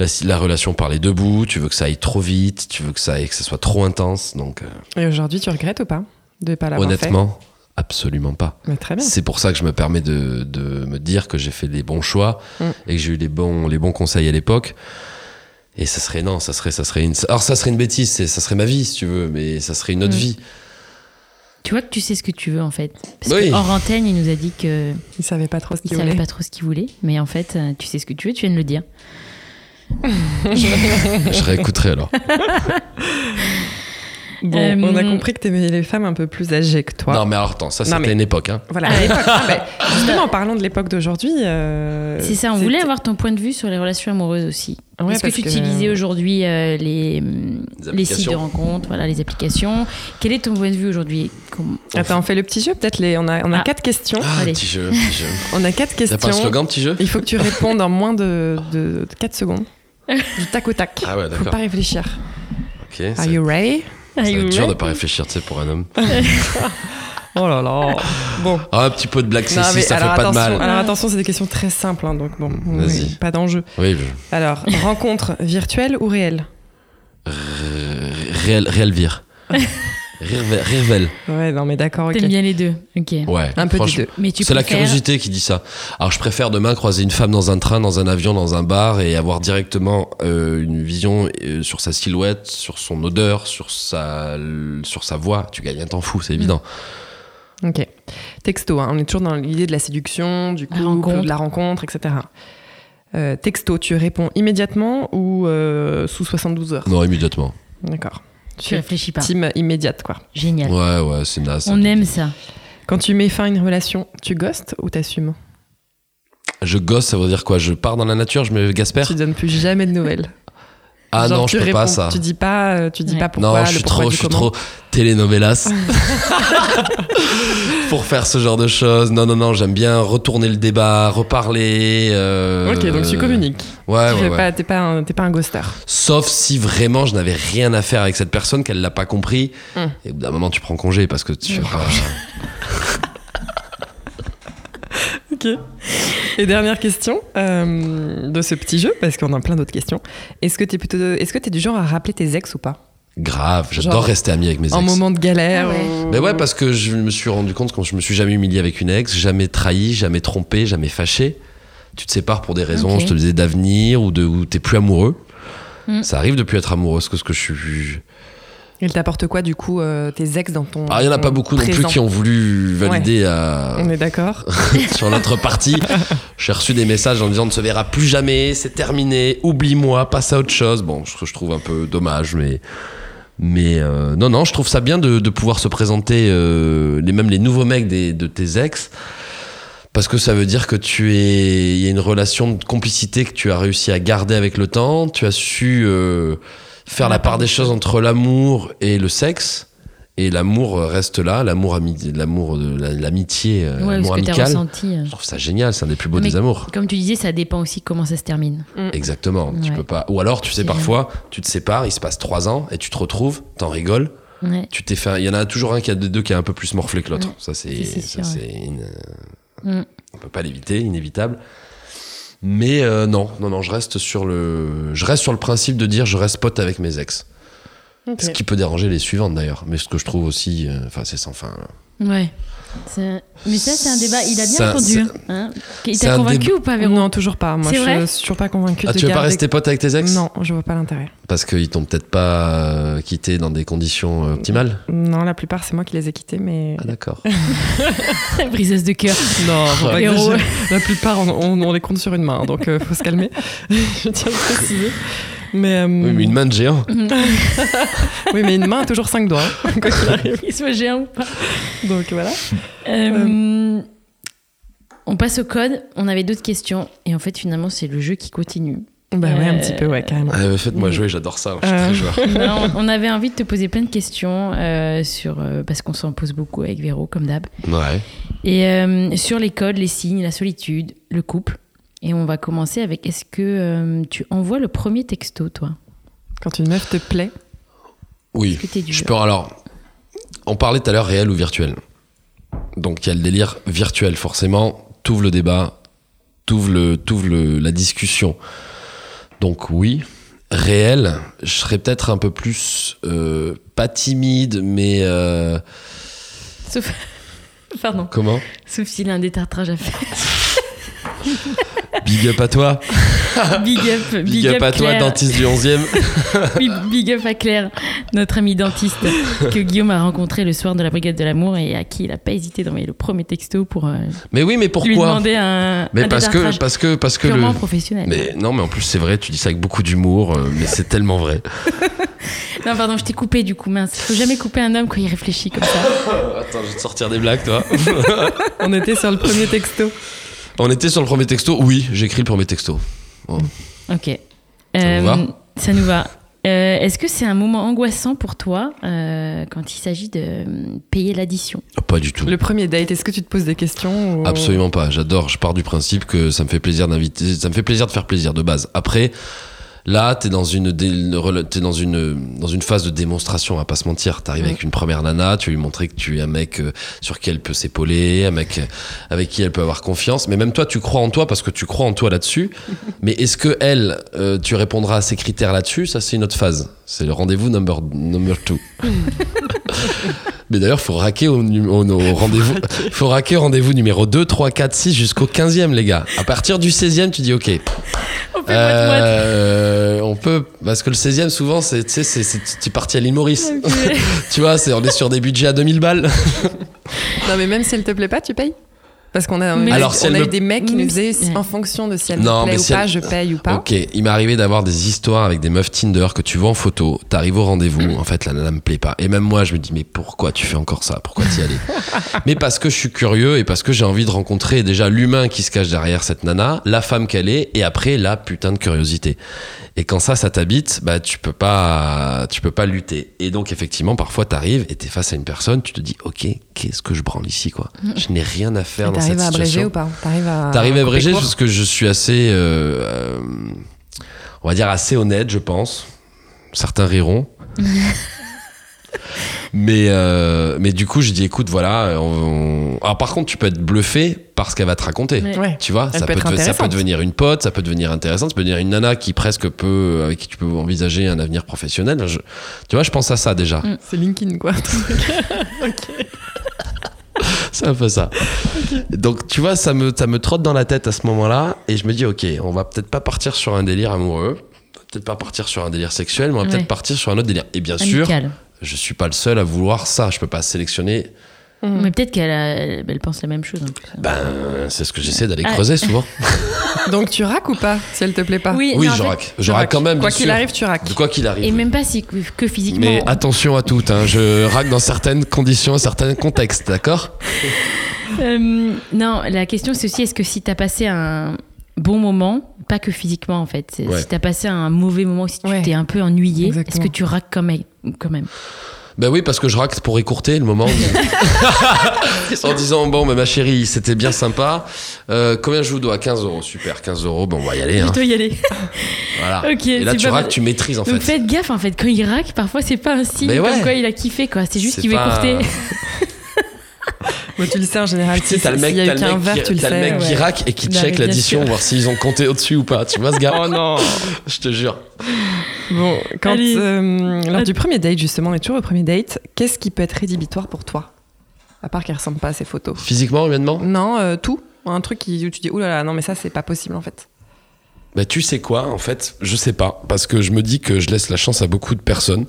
B: la, la relation par les deux bouts. Tu veux que ça aille trop vite. Tu veux que ça, aille, que ça soit trop intense. Donc, euh,
A: Et aujourd'hui, tu regrettes ou pas de pas l'avoir fait
B: honnêtement, absolument pas.
A: Mais très bien.
B: C'est pour ça que je me permets de, de me dire que j'ai fait les bons choix
A: Mm.
B: et que j'ai eu les bons, les bons conseils à l'époque. Et ça serait non, ça serait, ça serait une. Alors ça serait une bêtise, c'est- ça serait ma vie si tu veux, mais ça serait une autre
C: Mm.
B: vie.
C: Tu vois que tu sais ce que tu veux en fait. Parce
B: Oui.
C: que hors antenne, il nous a dit que
A: Il savait pas trop ce
C: il
A: qu'il
C: savait
A: voulait.
C: pas trop ce qu'il voulait, mais en fait, euh, tu sais ce que tu veux, tu viens de le dire.
B: je
A: <laughs>
B: réécouterai alors.
A: Bon,
C: Euh,
A: on a compris que t'aimais les femmes un peu plus âgées que toi.
B: Non mais alors attends, ça
A: Non,
B: c'était
A: mais-
B: une époque. Hein.
A: Voilà, à l'époque. <laughs> Ah, bah, justement, en parlant de l'époque d'aujourd'hui. euh,
C: c'est ça, on
A: c'est-
C: voulait avoir ton point de vue sur les relations amoureuses aussi.
A: Ouais,
C: Est-ce que
A: parce
C: tu utilisais aujourd'hui euh, les, hum,
B: Les
C: les sites de
B: applications.
C: rencontres, voilà, les applications Quel est ton point de vue aujourd'hui Comment-
A: Attends, on fait le petit jeu. Peut-être les. On a, on a
C: Ah.
A: quatre questions.
B: Ah
C: Allez.
B: petit jeu, petit
A: <laughs>
B: jeu.
A: On a quatre
B: T'as pas un
A: questions.
B: slogan petit jeu
A: Il faut que tu répondes en moins de, de, 4 <laughs> secondes. Du tac au tac.
B: Ah ouais
A: Faut
B: d'accord.
A: pas réfléchir.
B: Ok. Ça,
A: Are you ready
B: ça va
C: Ah,
B: être
C: ouais.
B: dur de pas réfléchir, tu sais, pour un homme.
A: Oh là là. Bon.
B: <laughs> Ah, un petit peu de blague
A: Non, mais
B: sexiste, ça fait
A: alors,
B: pas de
A: attention,
B: mal.
A: alors attention, c'est des questions très simples, hein, donc bon,
B: Mm, vas-y.
A: pas d'enjeu.
B: Oui. je-
A: Alors, rencontre virtuelle ou réelle
B: Ré- Réel,
A: <laughs>
B: réel vire. Réel, réel.
A: Ouais, non mais d'accord, ok.
C: T'aimes bien les deux, ok.
B: Ouais.
A: Un peu des
B: franchement-
A: deux.
C: Mais tu
B: C'est la
C: préfères-
B: curiosité qui dit ça. Alors je préfère demain croiser une femme dans un train, dans un avion, dans un bar et avoir directement euh, une vision euh, sur sa silhouette, sur son odeur, sur sa, sur sa voix. Tu gagnes un temps fou,
A: Mm.
B: c'est évident.
A: Ok. Texto, hein, on est toujours dans l'idée de la séduction, du couple,
C: rencontre.
A: de la rencontre, etc. Euh, texto, tu réponds immédiatement ou euh, sous 72 heures
B: Non, immédiatement.
A: D'accord.
C: Tu réfléchis pas.
A: Team immédiate, quoi.
C: Génial.
B: Ouais, ouais, c'est naze.
C: On aime ça.
A: Quand tu mets fin à une relation, tu ghostes ou t'assumes
B: Je gosse, ça veut dire quoi Je pars dans la nature, je me gaspère
A: Tu donnes plus jamais de nouvelles.
B: <laughs> Ah
A: Genre,
B: non,
A: tu
B: je peux
A: réponds-
B: pas ça.
A: Tu dis pas, euh, tu dis
C: Ouais.
A: pas pourquoi,
B: non, je
A: le
B: suis
A: pourquoi
B: trop,
A: du
B: je suis
A: comment.
B: trop
A: <laughs>
B: telenovelas pour faire ce genre de choses. Non, non, non, j'aime bien retourner le débat, reparler. euh,
A: Ok, donc tu communiques.
B: Ouais,
A: tu
B: ouais,
A: fais
B: ouais.
A: pas, t'es pas, un- t'es pas un ghoster.
B: Sauf si vraiment je n'avais rien à faire avec cette personne, qu'elle l'a pas compris.
A: Mm.
B: Et au bout d'un moment, tu ah, prends congé parce
A: Hmm.
B: que tu. fais pas-
A: Ok. Et dernière question euh, de ce petit jeu, parce qu'on a plein d'autres questions. Est-ce que tu es plutôt, est-ce que t'es du genre à rappeler tes ex ou pas
B: Grave, j'adore
A: Genre,
B: rester ami avec mes ex.
A: En moment de galère.
C: Ah ouais.
A: ou-
B: Mais ouais, parce que je me suis rendu compte que je me suis jamais humilié avec une ex, jamais trahi, jamais trompé, jamais fâché. Tu te sépares pour des raisons,
C: Ok.
B: je te le disais, d'avenir ou de où t'es plus amoureux.
A: Hmm.
C: Mm.
B: Ça arrive de plus être amoureux, parce que ce que je suis.
A: Il t'apporte quoi du coup euh, tes ex dans ton.
B: Ah, il y en a
A: ton
B: pas beaucoup non plus
A: Hmm. présent
B: qui ont voulu valider euh, à-
A: On est
B: <laughs>
A: d'accord.
B: sur notre partie. J'ai reçu des messages en disant ne se verra plus jamais, c'est terminé, oublie-moi, passe à autre chose. Bon, ce que je trouve un peu dommage, mais. Mais euh, non, non, je trouve ça bien de, de pouvoir se présenter, euh, les, même les nouveaux mecs des- de tes ex, parce que ça veut dire que tu es. Il y a une relation de complicité que tu as réussi à garder avec le temps, tu as su euh, faire la part des choses entre l'amour et le sexe. Et l'amour reste là, l'amour ami- l'amour de la- l'amitié, euh,
C: Ouais,
B: l'amour
C: ce que t'as
B: amical.
C: ressenti. euh.
B: Je trouve ça génial, c'est un des plus beaux
C: Mais-
B: des amours.
C: Comme tu disais, ça dépend aussi comment ça se termine.
B: Exactement, tu
C: Ouais.
B: peux pas. Ou alors, tu sais,
C: C'est-
B: parfois, tu te sépares, il se passe trois ans et tu te retrouves, t'en rigoles,
C: Ouais.
B: tu t'es fait. Il y en a toujours un qui a des deux qui est un peu plus morflé que l'autre.
C: Ouais.
B: Ça, c'est.
C: Si, Mm. c'est
B: ça,
C: sûr,
B: c'est une-
C: Mm.
B: On peut pas l'éviter, inévitable. Mais euh, non, non, non, je reste sur le. Je reste sur le principe de dire je reste pote avec mes ex.
A: Ok.
B: Ce qui peut déranger les suivantes d'ailleurs. Mais ce que je trouve aussi. euh, Enfin, c'est sans fin.
C: Ouais. C'est- Mais ça, c'est un débat. Il a bien
B: Ça,
C: répondu. hein. Il
B: c'est
C: t'a
B: un
C: convaincu
B: débat-
C: ou pas, Véro
A: Non, toujours pas. Moi,
C: C'est
A: je
C: vrai
A: suis toujours pas convaincue
B: Ah,
A: de
B: tu veux pas
A: garder-
B: rester pote avec tes ex
A: Non, je vois pas l'intérêt.
B: Parce qu'ils t'ont peut-être pas euh, quitté dans des conditions euh, optimales
A: Non, la plupart, c'est moi qui les ai quittés, mais.
B: Ah,
C: <laughs>
B: d'accord.
C: Briseuse de cœur.
B: <laughs>
A: Non, faut pas
C: Héros.
A: exagérer. La plupart, on, on- on les compte sur une main, donc euh, faut se calmer. <laughs> je tiens à le préciser. Mais, euh,
B: Oui, mais une main de géant.
A: oui, mais une main a toujours cinq doigts, hein, quoi qu'il arrive.
C: <laughs> Qu'il soit géant ou pas.
A: Donc voilà.
C: Euh, On passe au code. On avait d'autres questions. Et en fait, finalement, c'est le jeu
B: <laughs>
C: qui continue.
A: Bah ouais, un
C: Euh,
A: petit peu, ouais, carrément.
B: Ah, mais
C: Mm.
B: Faites-moi jouer, j'adore ça. Je suis
A: Euh.
B: très joueur.
C: <laughs> Non, on avait envie de te poser plein de questions euh, sur euh, parce qu'on s'en pose beaucoup avec Véro, comme d'hab.
B: Ouais.
C: Et euh, sur les codes, les signes, la solitude, le couple. Et on va commencer avec est-ce que euh, tu envoies le premier texto, toi
A: Quand une meuf te plaît,
B: Oui.
C: Est-ce que t'es du
B: Je peux alors. On parlait tout à l'heure réel ou virtuel. Donc il y a le délire virtuel forcément. T'ouvres le débat, t'ouvres le, t'ouvres le- la discussion. Donc oui, réel. Je serais peut-être un peu plus euh, pas timide, mais euh,
C: Sauf... Pardon.
B: comment
C: Sauf s'il a un détartrage à faire.
B: Big up à toi.
C: Big up, <laughs> big,
B: Big, up, à toi,
C: Claire.
B: dentiste du 11e.
C: Oui, Big up à Claire, notre amie dentiste
B: <laughs>
C: que Guillaume a rencontré le soir de la Brigade de l'amour et à qui il n'a pas hésité d'envoyer le premier texto pour euh,
B: mais oui, mais
C: lui
B: pourquoi
C: demander un,
B: Mais
C: un
B: parce que
C: détartrage
B: parce que parce que le
C: purement professionnel.
B: Mais non, mais en plus c'est vrai, tu dis ça avec beaucoup d'humour, euh, mais c'est tellement vrai.
C: Non, pardon, je t'ai coupé du coup, mince. Faut jamais couper un homme quand il réfléchit comme ça.
B: <laughs> Euh, Attends, je vais te sortir des blagues, toi.
A: on était sur le premier texto.
B: On était sur le premier texto. Oui, j'écris le premier texto.
C: Ok. Euh,
B: Ça vous va
C: ça nous va. Euh, Est-ce que c'est un moment angoissant pour toi euh, quand il s'agit de euh, payer l'addition
B: Ah, Pas du tout.
A: Le premier date, est-ce que tu te poses des questions ou-
B: Absolument pas. J'adore. Je pars du principe que ça me fait plaisir d'inviter, ça me fait plaisir de faire plaisir de base. Après, là, t'es dans une, dé- une rela- t'es dans une, dans une phase de démonstration. On va pas se mentir. T'arrives
A: Mm.
B: avec une première nana, tu veux lui montrer que tu es un mec euh, sur qui elle peut s'épauler, un mec euh, avec qui elle peut avoir confiance. Mais même toi, tu crois en toi parce que tu crois en toi là-dessus. Mais est-ce que elle, euh, tu répondras à ses critères là-dessus Ça, c'est une autre phase. C'est le rendez-vous number number two. Mais d'ailleurs, faut raquer au, nu- au- au rendez-vous. faut raquer au rendez-vous numéro 2, 3, 4, 6 jusqu'au 15e, les gars. À partir du 16e, tu dis OK. Oh,
C: On fait moite-moite.
B: Euh, on peut. Parce que le 16e, souvent, c'est, tu sais, c'est, c'est, t'es parti à l'île Maurice. <laughs> tu vois, c'est, on est sur des budgets à 2000 balles.
A: Non, mais même si elle te plaît pas, tu payes. Parce qu'on a,
C: Mais-
B: Alors, si
A: on
B: elle
A: a
B: me-
A: eu des mecs qui
C: Même
A: nous disaient
C: si-
A: en fonction de si elle me
B: Non,
A: plaît
B: mais
A: ou
B: si
A: pas,
B: elle-
A: je paye ou pas.
B: Ok, il m'est arrivé d'avoir des histoires avec des meufs Tinder que tu vois en photo, t'arrives
A: <clears throat>
B: au rendez-vous, en fait la nana me plaît pas. Et même moi je me dis mais pourquoi tu fais encore ça Pourquoi t'y
A: <laughs>
B: allais Mais parce que je suis curieux et parce que j'ai envie de rencontrer déjà l'humain qui se cache derrière cette nana, la femme qu'elle est et après la putain de curiosité. Et quand ça, ça t'habite, bah tu peux pas, tu peux pas lutter. Et donc effectivement parfois t'arrives et t'es face à une personne, tu te dis ok qu'est-ce que je branle ici quoi Je n'ai rien à faire
A: Mm. Et
B: dans cette
A: T'arrives à abréger
B: situation.
A: ou pas T'arrives à.
B: T'arrives
A: couper
B: à abréger
A: court
B: parce que je suis assez, euh, euh, on va dire assez honnête, je pense. Certains
A: <laughs>
B: riront. mais, euh, mais du coup, je dis écoute, voilà. on- on- Alors, par contre, tu peux être bluffé par ce qu'elle va te raconter.
C: Ouais.
A: Ouais.
B: Tu vois,
A: Elle
B: ça
A: peut
B: peut,
A: être
B: te- ça peut
A: intéressante.
B: devenir une pote, ça peut devenir intéressante, ça peut devenir une nana qui presque peut, avec qui tu peux envisager un avenir professionnel. Je- tu vois, je pense à ça déjà.
C: Mm.
A: C'est LinkedIn, quoi.
B: C'est un peu ça. Donc, tu vois, ça me, ça me trotte dans la tête à ce moment-là. Et je me dis, OK, on va peut-être pas partir sur un délire amoureux. on va Peut-être pas partir sur un délire sexuel, mais on va
C: Ouais.
B: peut-être partir sur un autre délire. Et bien sûr,
C: Amicale.
B: je suis pas le seul à vouloir ça. Je peux pas sélectionner.
A: Mm.
C: Mais peut-être qu'elle a- elle elle pense la même chose en plus.
B: Ben, c'est ce que j'essaie d'aller
C: Ah.
B: creuser souvent.
A: <laughs> Donc tu raques ou pas, si elle te plaît pas
B: oui,
C: <laughs> non, en
B: je
C: fait-
B: raque. Je raque quand même.
A: Quoi
B: bien
A: qu'il
B: sûr.
A: arrive, tu raques.
B: De quoi qu'il arrive.
C: Et même pas si que physiquement.
B: Mais attention à toutes, hein. je raque dans certaines conditions, certains contextes, d'accord
C: Euh, non, la question c'est aussi est-ce que si t'as passé un bon moment, pas que physiquement en fait, c'est-
B: Ouais.
C: si t'as passé un mauvais moment, si tu
A: Ouais.
C: t'es un peu ennuyé, est-ce
A: Exactement.
C: que tu raques quand même, quand même
B: Ben oui, parce que je raque pour écourter
A: <laughs>
B: le moment. en disant, bon, mais ma chérie, c'était bien sympa. Euh, combien je vous dois 15 euros, super, 15 euros, bon, on va y aller. Hein.
C: Plutôt y aller.
B: Voilà.
C: <laughs> Ok,
B: Ah. Et là,
C: c'est
B: tu
C: pas
B: raques,
C: mal.
B: tu maîtrises en
C: Donc
B: fait.
C: faites gaffe en fait, quand il raque, parfois c'est pas un signe
B: Mais ouais.
C: comme quoi il a kiffé quoi, c'est juste
B: C'est
C: qu'il veut
B: pas-
C: courter.
A: Moi, tu le sais en général.
B: Tu sais,
A: si-
B: t'as le mec,
A: s'il y a
B: t'as
A: eu
B: le
A: qu'un
B: mec
A: verre, tu
B: qui,
A: le
B: t'as le
A: sais.
B: mec qui
C: ouais.
B: raque et qui
C: Bah,
B: check
C: bien
B: l'addition,
C: sûr.
B: voir s'ils ont compté au-dessus ou pas.
A: <laughs>
B: Tu vois ce gars
A: Oh non
B: Je te jure.
A: Bon, quand,
C: Allez.
A: euh, lors du premier date, justement, on est toujours au premier date, qu'est-ce qui peut être rédhibitoire pour toi À part qu'elle ressemble pas à ses photos.
B: Physiquement, humainement
A: Non, euh, tout. Un truc qui, où tu dis, oulala, non, mais ça, c'est pas possible en fait.
B: Bah tu sais quoi, en fait, je sais pas, parce que je me dis que je laisse la chance à beaucoup de personnes.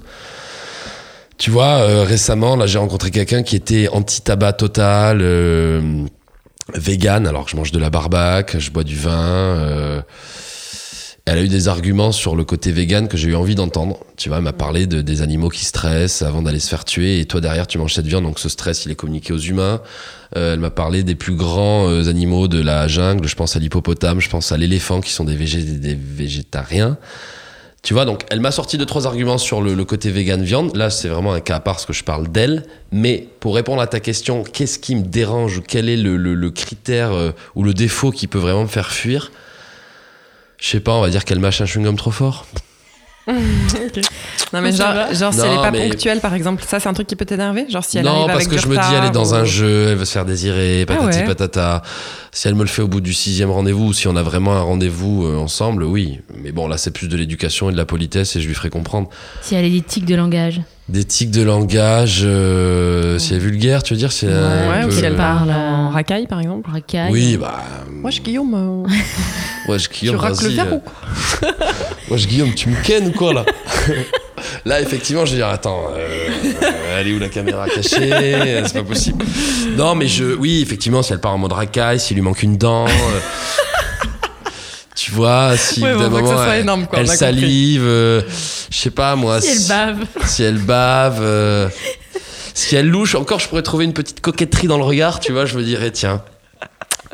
B: Tu vois, euh, récemment, là, j'ai rencontré quelqu'un qui était anti-tabac total, euh, vegan, alors que je mange de la barbac, je bois du vin. euh, elle a eu des arguments sur le côté vegan que j'ai eu envie d'entendre. Tu vois, elle m'a parlé de, des animaux qui stressent avant d'aller se faire tuer, et toi derrière, tu manges cette viande, donc ce stress, il est communiqué aux humains. Euh, elle m'a parlé des plus grands euh, animaux de la jungle. Je pense à l'hippopotame, je pense à l'éléphant, qui sont des, végé- des- des végétariens. Tu vois, donc elle m'a sorti deux trois arguments sur le, le côté vegan viande. Là, c'est vraiment un cas à part parce que je parle d'elle. Mais pour répondre à ta question, qu'est-ce qui me dérange ou quel est le, le- le critère euh, ou le défaut qui peut vraiment me faire fuir Je sais pas, on va dire qu'elle mâche un chewing-gum trop fort.
A: Non, mais
C: Ça
A: genre,
C: va
A: genre si
B: Non,
A: elle est pas
B: mais-
A: ponctuelle, par exemple, ça, c'est un truc qui peut t'énerver Genre, si elle
B: non,
A: arrive
B: parce
A: avec
B: que
A: du
B: je me dis,
A: retard
B: elle est dans
A: ou- euh,
B: un jeu, elle veut se faire désirer, patati
A: Ah ouais.
B: patata. Si elle me le fait au bout du sixième rendez-vous, ou si on a vraiment un rendez-vous euh, ensemble, oui. Mais bon, là, c'est plus de l'éducation et de la politesse, et je lui ferai comprendre.
C: <laughs> si elle a des tics de langage.
B: Des tics de langage, euh, si elle est vulgaire, tu veux dire, si elle est un
A: Ouais, ou
B: peu-
A: si elle
C: euh,
A: parle
C: euh,
A: en racaille, par exemple.
C: Racaille.
B: Oui, bah.
A: Moi, je Guillaume. euh,
B: Ouais, je
A: tu
B: Guillaume,
A: raques le
B: vas-y,
A: verre
B: euh,
A: ou quoi
B: ouais, je Guillaume, tu me kennes ou quoi, là <laughs> Là, effectivement, je vais dire, attends, euh, euh, elle est où la caméra cachée Euh, C'est pas possible. Non, mais je. Oui, effectivement, si elle part en mode racaille, s'il lui manque une dent. euh, tu vois, si au
A: Ouais,
B: bout d'un
A: bon, faut que ça
B: moment,
A: soit
B: elle,
A: énorme, quoi,
B: elle
A: on a compris.
B: salive, euh, je sais pas moi.
C: Si elle bave.
B: si elle bave, euh, si elle louche, encore je pourrais trouver une petite coquetterie dans le regard, tu vois, je me dirais, tiens,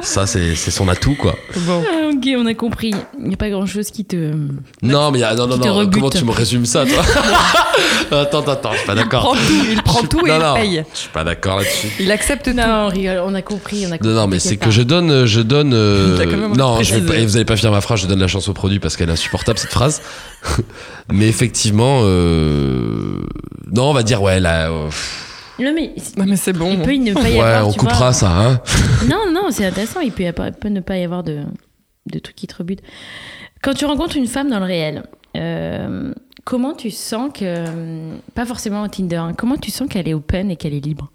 B: ça c'est c'est son atout quoi.
A: Bon.
C: Ah, ok, on a compris. Il n'y a pas grand chose qui te.
B: Non, mais ah, non, non,
C: Tu te
B: non,
C: rebutes.
B: comment tu me résumes ça, toi Attends, attends, attends, je suis
A: Prends
B: pas d'accord.
A: tout, il
B: <laughs>
A: prend tout et
B: Non,
A: il
B: non,
A: paye.
B: Je suis pas d'accord là-dessus.
A: Il accepte tout.
C: Non, on rigole, on a compris. On a compris
B: Non, non, mais
C: t'inquiète
B: c'est
C: pas.
B: que je donne, euh, je donne. euh,
A: T'as quand même
B: non,
A: envie de
B: je vais pas-
A: préciser.
B: et vous allez pas finir ma phrase. Je donne la chance au produit parce qu'elle est insupportable cette phrase. <laughs> mais effectivement, euh, non, on va dire ouais là. euh,
C: Non, mais.
A: Non, mais c'est bon.
C: Il peut ne pas y
B: ouais,
C: avoir.
B: on
C: tu vois.
B: coupera ça. Hein.
C: Non, non, c'est intéressant. Il peut, y avoir- peut ne pas y avoir de, de trucs qui te rebutent. Quand tu rencontres une femme dans le réel, euh, comment tu sens que. euh, Pas forcément en Tinder, hein, comment tu sens qu'elle est open et qu'elle est libre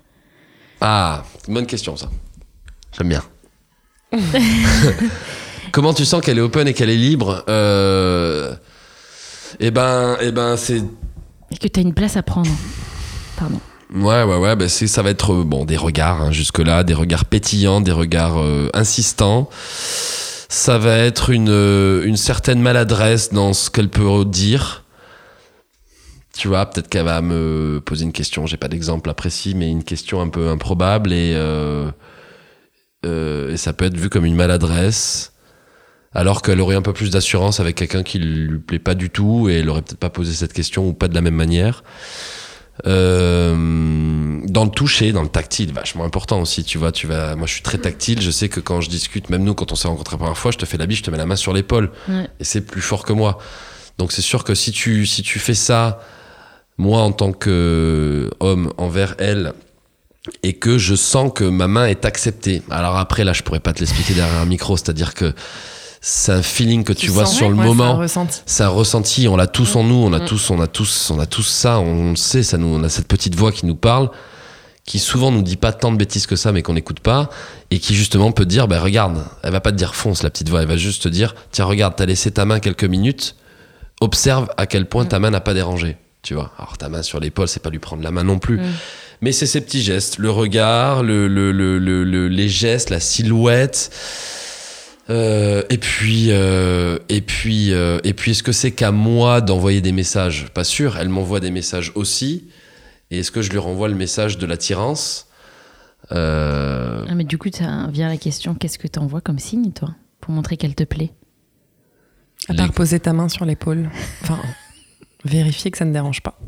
B: Ah, bonne question ça. J'aime bien. <laughs> Comment tu sens qu'elle est open et qu'elle est libre Euh, Eh ben, eh ben, c'est
C: Est-ce que tu as une place à prendre Pardon.
B: Ouais, ouais, ouais, bah c'est, ça va être euh, bon, des regards hein, jusque-là, des regards pétillants, des regards euh, insistants. Ça va être une, euh, une certaine maladresse dans ce qu'elle peut dire. Tu vois, peut-être qu'elle va me poser une question, j'ai pas d'exemple là précis, mais une question un peu improbable et, euh, euh, et ça peut être vu comme une maladresse. Alors qu'elle aurait un peu plus d'assurance avec quelqu'un qui lui plaît pas du tout et elle aurait peut-être pas posé cette question ou pas de la même manière. Euh, dans le toucher, dans le tactile, vachement important aussi. Tu vois, tu vas. Moi, je suis très tactile. Je sais que quand je discute, même nous, quand on s'est rencontrés la première fois, je te fais la bise, je te mets la main sur l'épaule,
C: Ouais.
B: et c'est plus fort que moi. Donc, c'est sûr que si tu si tu fais ça, moi, en tant que homme envers euh, elle, et que je sens que ma main est acceptée. Alors après, là, je pourrais pas te l'expliquer derrière un micro, c'est-à-dire que c'est un feeling que tu, vois
A: sens,
B: sur
A: ouais,
B: le
A: ouais, c'est un
B: moment.
A: ressenti.
B: C'est un ressenti, on l'a tous en nous, on a
A: Mm.
B: tous, on a tous, on a tous ça, on le sait, ça nous, on a cette petite voix qui nous parle, qui souvent nous dit pas tant de bêtises que ça, mais qu'on n'écoute pas, et qui justement peut dire, ben regarde, elle va pas te dire fonce la petite voix, elle va juste te dire, tiens regarde, t'as laissé ta main quelques minutes, observe à quel point
A: Mm.
B: ta main n'a pas dérangé, tu vois. Alors ta main sur l'épaule, c'est pas lui prendre la main non plus,
C: Mm.
B: mais c'est ces petits gestes, le regard, le, le- le- le- le- les gestes, la silhouette. Euh, et puis, euh, et puis, euh, et puis, est-ce que c'est qu'à moi d'envoyer des messages Pas sûr. Elle m'envoie des messages aussi. Et est-ce que je lui renvoie le message de l'attirance Euh,
C: Ah, mais du coup, ça vient la question qu'est-ce que t'envoies comme signe, toi Pour montrer qu'elle te plaît
A: À part
B: Les-
A: poser ta main sur l'épaule. Enfin, <laughs> vérifier que ça ne dérange pas.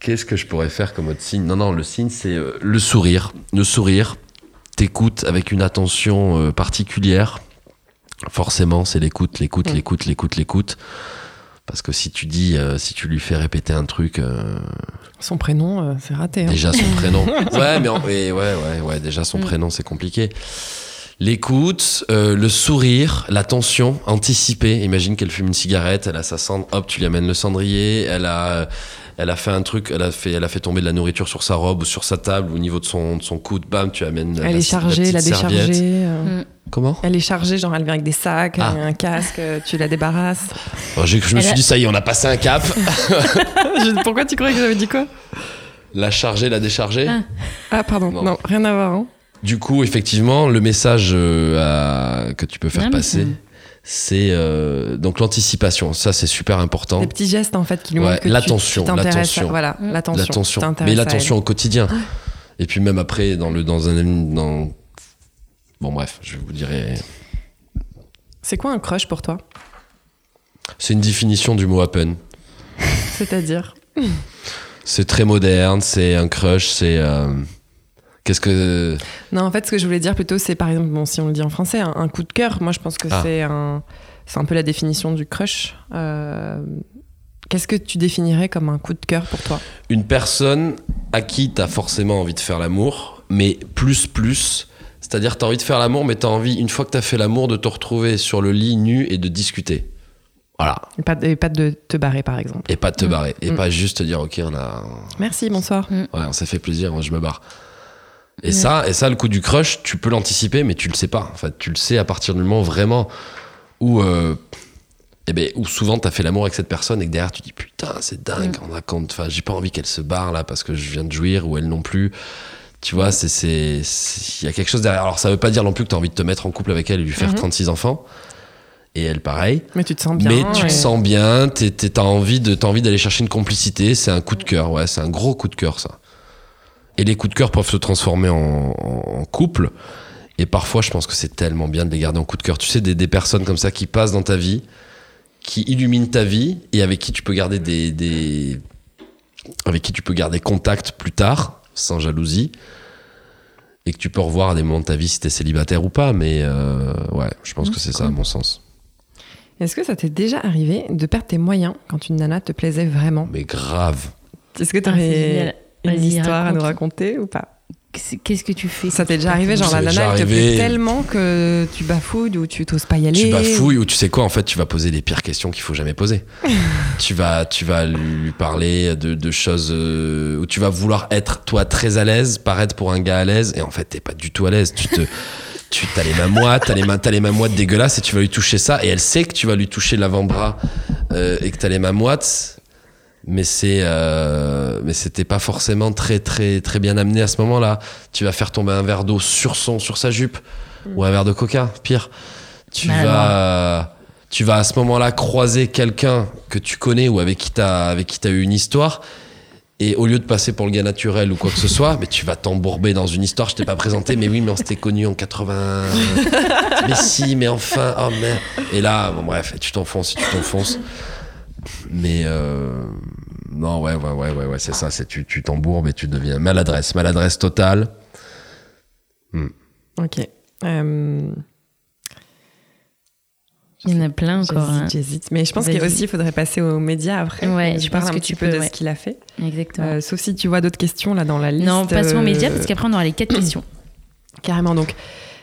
B: Qu'est-ce que je pourrais faire comme autre signe Non, non, le signe, c'est euh, le sourire. Le sourire, t'écoutes avec une attention euh, particulière. Forcément, c'est l'écoute, l'écoute,
A: Mm.
B: l'écoute, l'écoute, l'écoute. Parce que si tu dis, euh, si tu lui fais répéter un truc, euh,
A: Son prénom, euh, c'est raté. hein.
B: déjà son
A: <laughs>
B: prénom. Ouais, mais en- et ouais, ouais, ouais, déjà son
C: Mm.
B: prénom, c'est compliqué. L'écoute, euh, le sourire, l'attention, anticiper. Imagine qu'elle fume une cigarette, elle a sa cendre, hop, tu lui amènes le cendrier, elle a, elle a fait un truc, elle a fait, elle a fait tomber de la nourriture sur sa robe ou sur sa table ou au niveau de son, de son coude, bam, tu amènes
A: Elle est chargée, la,
B: petite serviette.
A: déchargée. euh,
B: Comment
A: Elle est chargée, genre elle vient avec des sacs,
B: Ah.
A: un casque, euh, tu la
B: <laughs>
A: débarrasses.
B: Alors, j'ai- Je me
C: Elle
B: suis
C: a-
B: dit, ça y est, on a passé un cap.
A: Je- Pourquoi tu croyais que j'avais dit quoi
B: la charger, la décharger.
C: Ah.
A: Ah, pardon,
B: Non.
A: non, rien à voir. hein.
B: Du coup, effectivement, le message euh, à- que tu peux faire
C: Non, mais
B: passer, c'est euh, donc l'anticipation. Ça, c'est super important.
A: Des petits gestes en fait qui lui
B: Ouais,
A: montrent que tu-
B: l'attention,
A: tu t'intéresses à-
B: l'attention.
A: Voilà,
C: Mm.
A: l'attention.
B: L'attention,
A: tu t'intéresses
B: mais
A: à
B: l'attention au quotidien.
C: Ah.
B: Et puis même après, dans le dans un dans bon bref, je vous dirai.
A: elle. C'est quoi un crush pour
B: <laughs>
A: toi
B: C'est une définition du mot happen.
A: C'est-à-dire
B: C'est très moderne. C'est un crush. C'est euh, qu'est-ce que
A: Non, en fait, ce que je voulais dire plutôt, c'est par exemple, bon, si on le dit en français, un, un coup de cœur. Moi, je pense que
B: Ah.
A: c'est un, c'est un peu la définition du crush. Euh, Qu'est-ce que tu définirais comme un coup de cœur pour toi
B: une personne à qui t'as forcément envie de faire l'amour, mais plus plus. C'est-à-dire t'as envie de faire l'amour, mais t'as envie une fois que t'as fait l'amour de te retrouver sur le lit nu et de discuter. Voilà.
A: et pas, et pas de te barrer, par exemple.
B: Et pas de te
C: Mm.
B: barrer. Et
A: Mm.
B: pas juste te dire ok on a
A: Merci, bonsoir.
B: Ouais, on s'est fait plaisir, moi, je me barre. Et
C: Ouais.
B: ça, et ça, le coup du crush, tu peux l'anticiper, mais tu le sais pas. Enfin, tu le sais à partir du moment vraiment où, euh, eh ben, où souvent t'as fait l'amour avec cette personne et que derrière tu dis putain, c'est dingue. On a quand- enfin, j'ai pas envie qu'elle se barre là parce que je viens de jouir ou elle non plus. Tu vois, c'est, c'est, c'est- il y a quelque chose derrière. Alors, ça veut pas dire non plus que t'as envie de te mettre en couple avec elle et lui faire
A: Mhm.
B: 36 enfants. Et elle, pareil.
A: Mais tu te sens bien.
B: Mais tu
A: et-
B: te sens bien, t'es- t'es- t'as envie de- t'as envie d'aller chercher une complicité, c'est un coup de cœur, ouais, c'est un gros coup de cœur ça. Et les coups de cœur peuvent se transformer en, en- en couple. Et parfois, je pense que c'est tellement bien de les garder en coup de cœur. Tu sais, des, des personnes comme ça qui passent dans ta vie, qui illuminent ta vie et avec qui tu peux garder des, des- avec qui tu peux garder contact plus tard, sans jalousie. Et que tu peux revoir à des moments de ta vie si t'es célibataire ou pas. Mais euh, ouais, je pense que c'est ça à mon sens.
A: Est-ce que ça t'est déjà arrivé de perdre tes moyens quand une nana te plaisait vraiment
B: Mais grave.
A: Est-ce que tu
C: Ah, c'est génial.
A: aurais une
C: Vas-y,
A: histoire à nous
C: raconte.
A: raconter ou pas
C: Qu'est-ce qu'est-ce que tu fais
A: Ça
C: quand
A: t'est
C: tu
A: déjà
C: perds
A: arrivé,
C: tes
A: genre
B: Ça
A: la
B: m'est
A: nana
B: déjà
A: elle te
B: arrivé.
A: plaît tellement que tu bafouilles ou tu t'oses pas y aller
B: Tu bafouilles ou tu sais quoi, en fait, tu vas poser les pires questions qu'il faut
A: <laughs>
B: jamais poser. tu vas, tu vas lui parler de, de choses euh, où tu vas vouloir être toi très à l'aise, paraître pour un gars à l'aise, et en fait, t'es pas du tout à l'aise.
A: <laughs>
B: Tu te, tu t'as les mains moites, t'as les mains, t'as les mains moites dégueulasses, et tu vas lui toucher ça, et elle sait que tu vas lui toucher l'avant-bras euh, et que t'as les mains moites. Mais c'est, euh, mais c'était pas forcément très très très bien amené à ce moment-là. Tu vas faire tomber un verre d'eau sur son, sur sa jupe, ou un verre de coca, pire. Tu
C: Mal à
B: vas, tu vas à ce moment-là croiser quelqu'un que tu connais ou avec qui t'as avec qui t'as eu une histoire. Et au lieu de passer pour le gars naturel ou quoi que ce soit, mais tu vas t'embourber dans une histoire. Je t'ai pas présenté, mais oui, mais on s'était connus en 80. mais si, mais enfin, oh merde. Et là, bon, bref, tu t'enfonces, et tu t'enfonces. Mais euh, non, ouais, ouais, ouais, ouais, ouais c'est ça. C'est tu, tu t'embourbes et tu deviens maladresse, maladresse totale.
A: Ok. Euh,
C: Il y en a plein encore. hein.
A: J'hésite, j'hésite. Mais je pense qu'il
C: Vas-y.
A: aussi, il faudrait passer aux médias après.
C: Ouais,
A: Tu
C: je pense
A: parles un
C: que
A: petit
C: tu
A: peu
C: peux,
A: de
C: ouais.
A: ce qu'il a fait.
C: hein. Exactement.
A: Euh, sauf si tu vois d'autres questions là dans la liste.
C: non, passons aux
A: euh,
C: médias parce qu'après on aura les
A: <coughs>
C: quatre questions.
A: Carrément. Donc,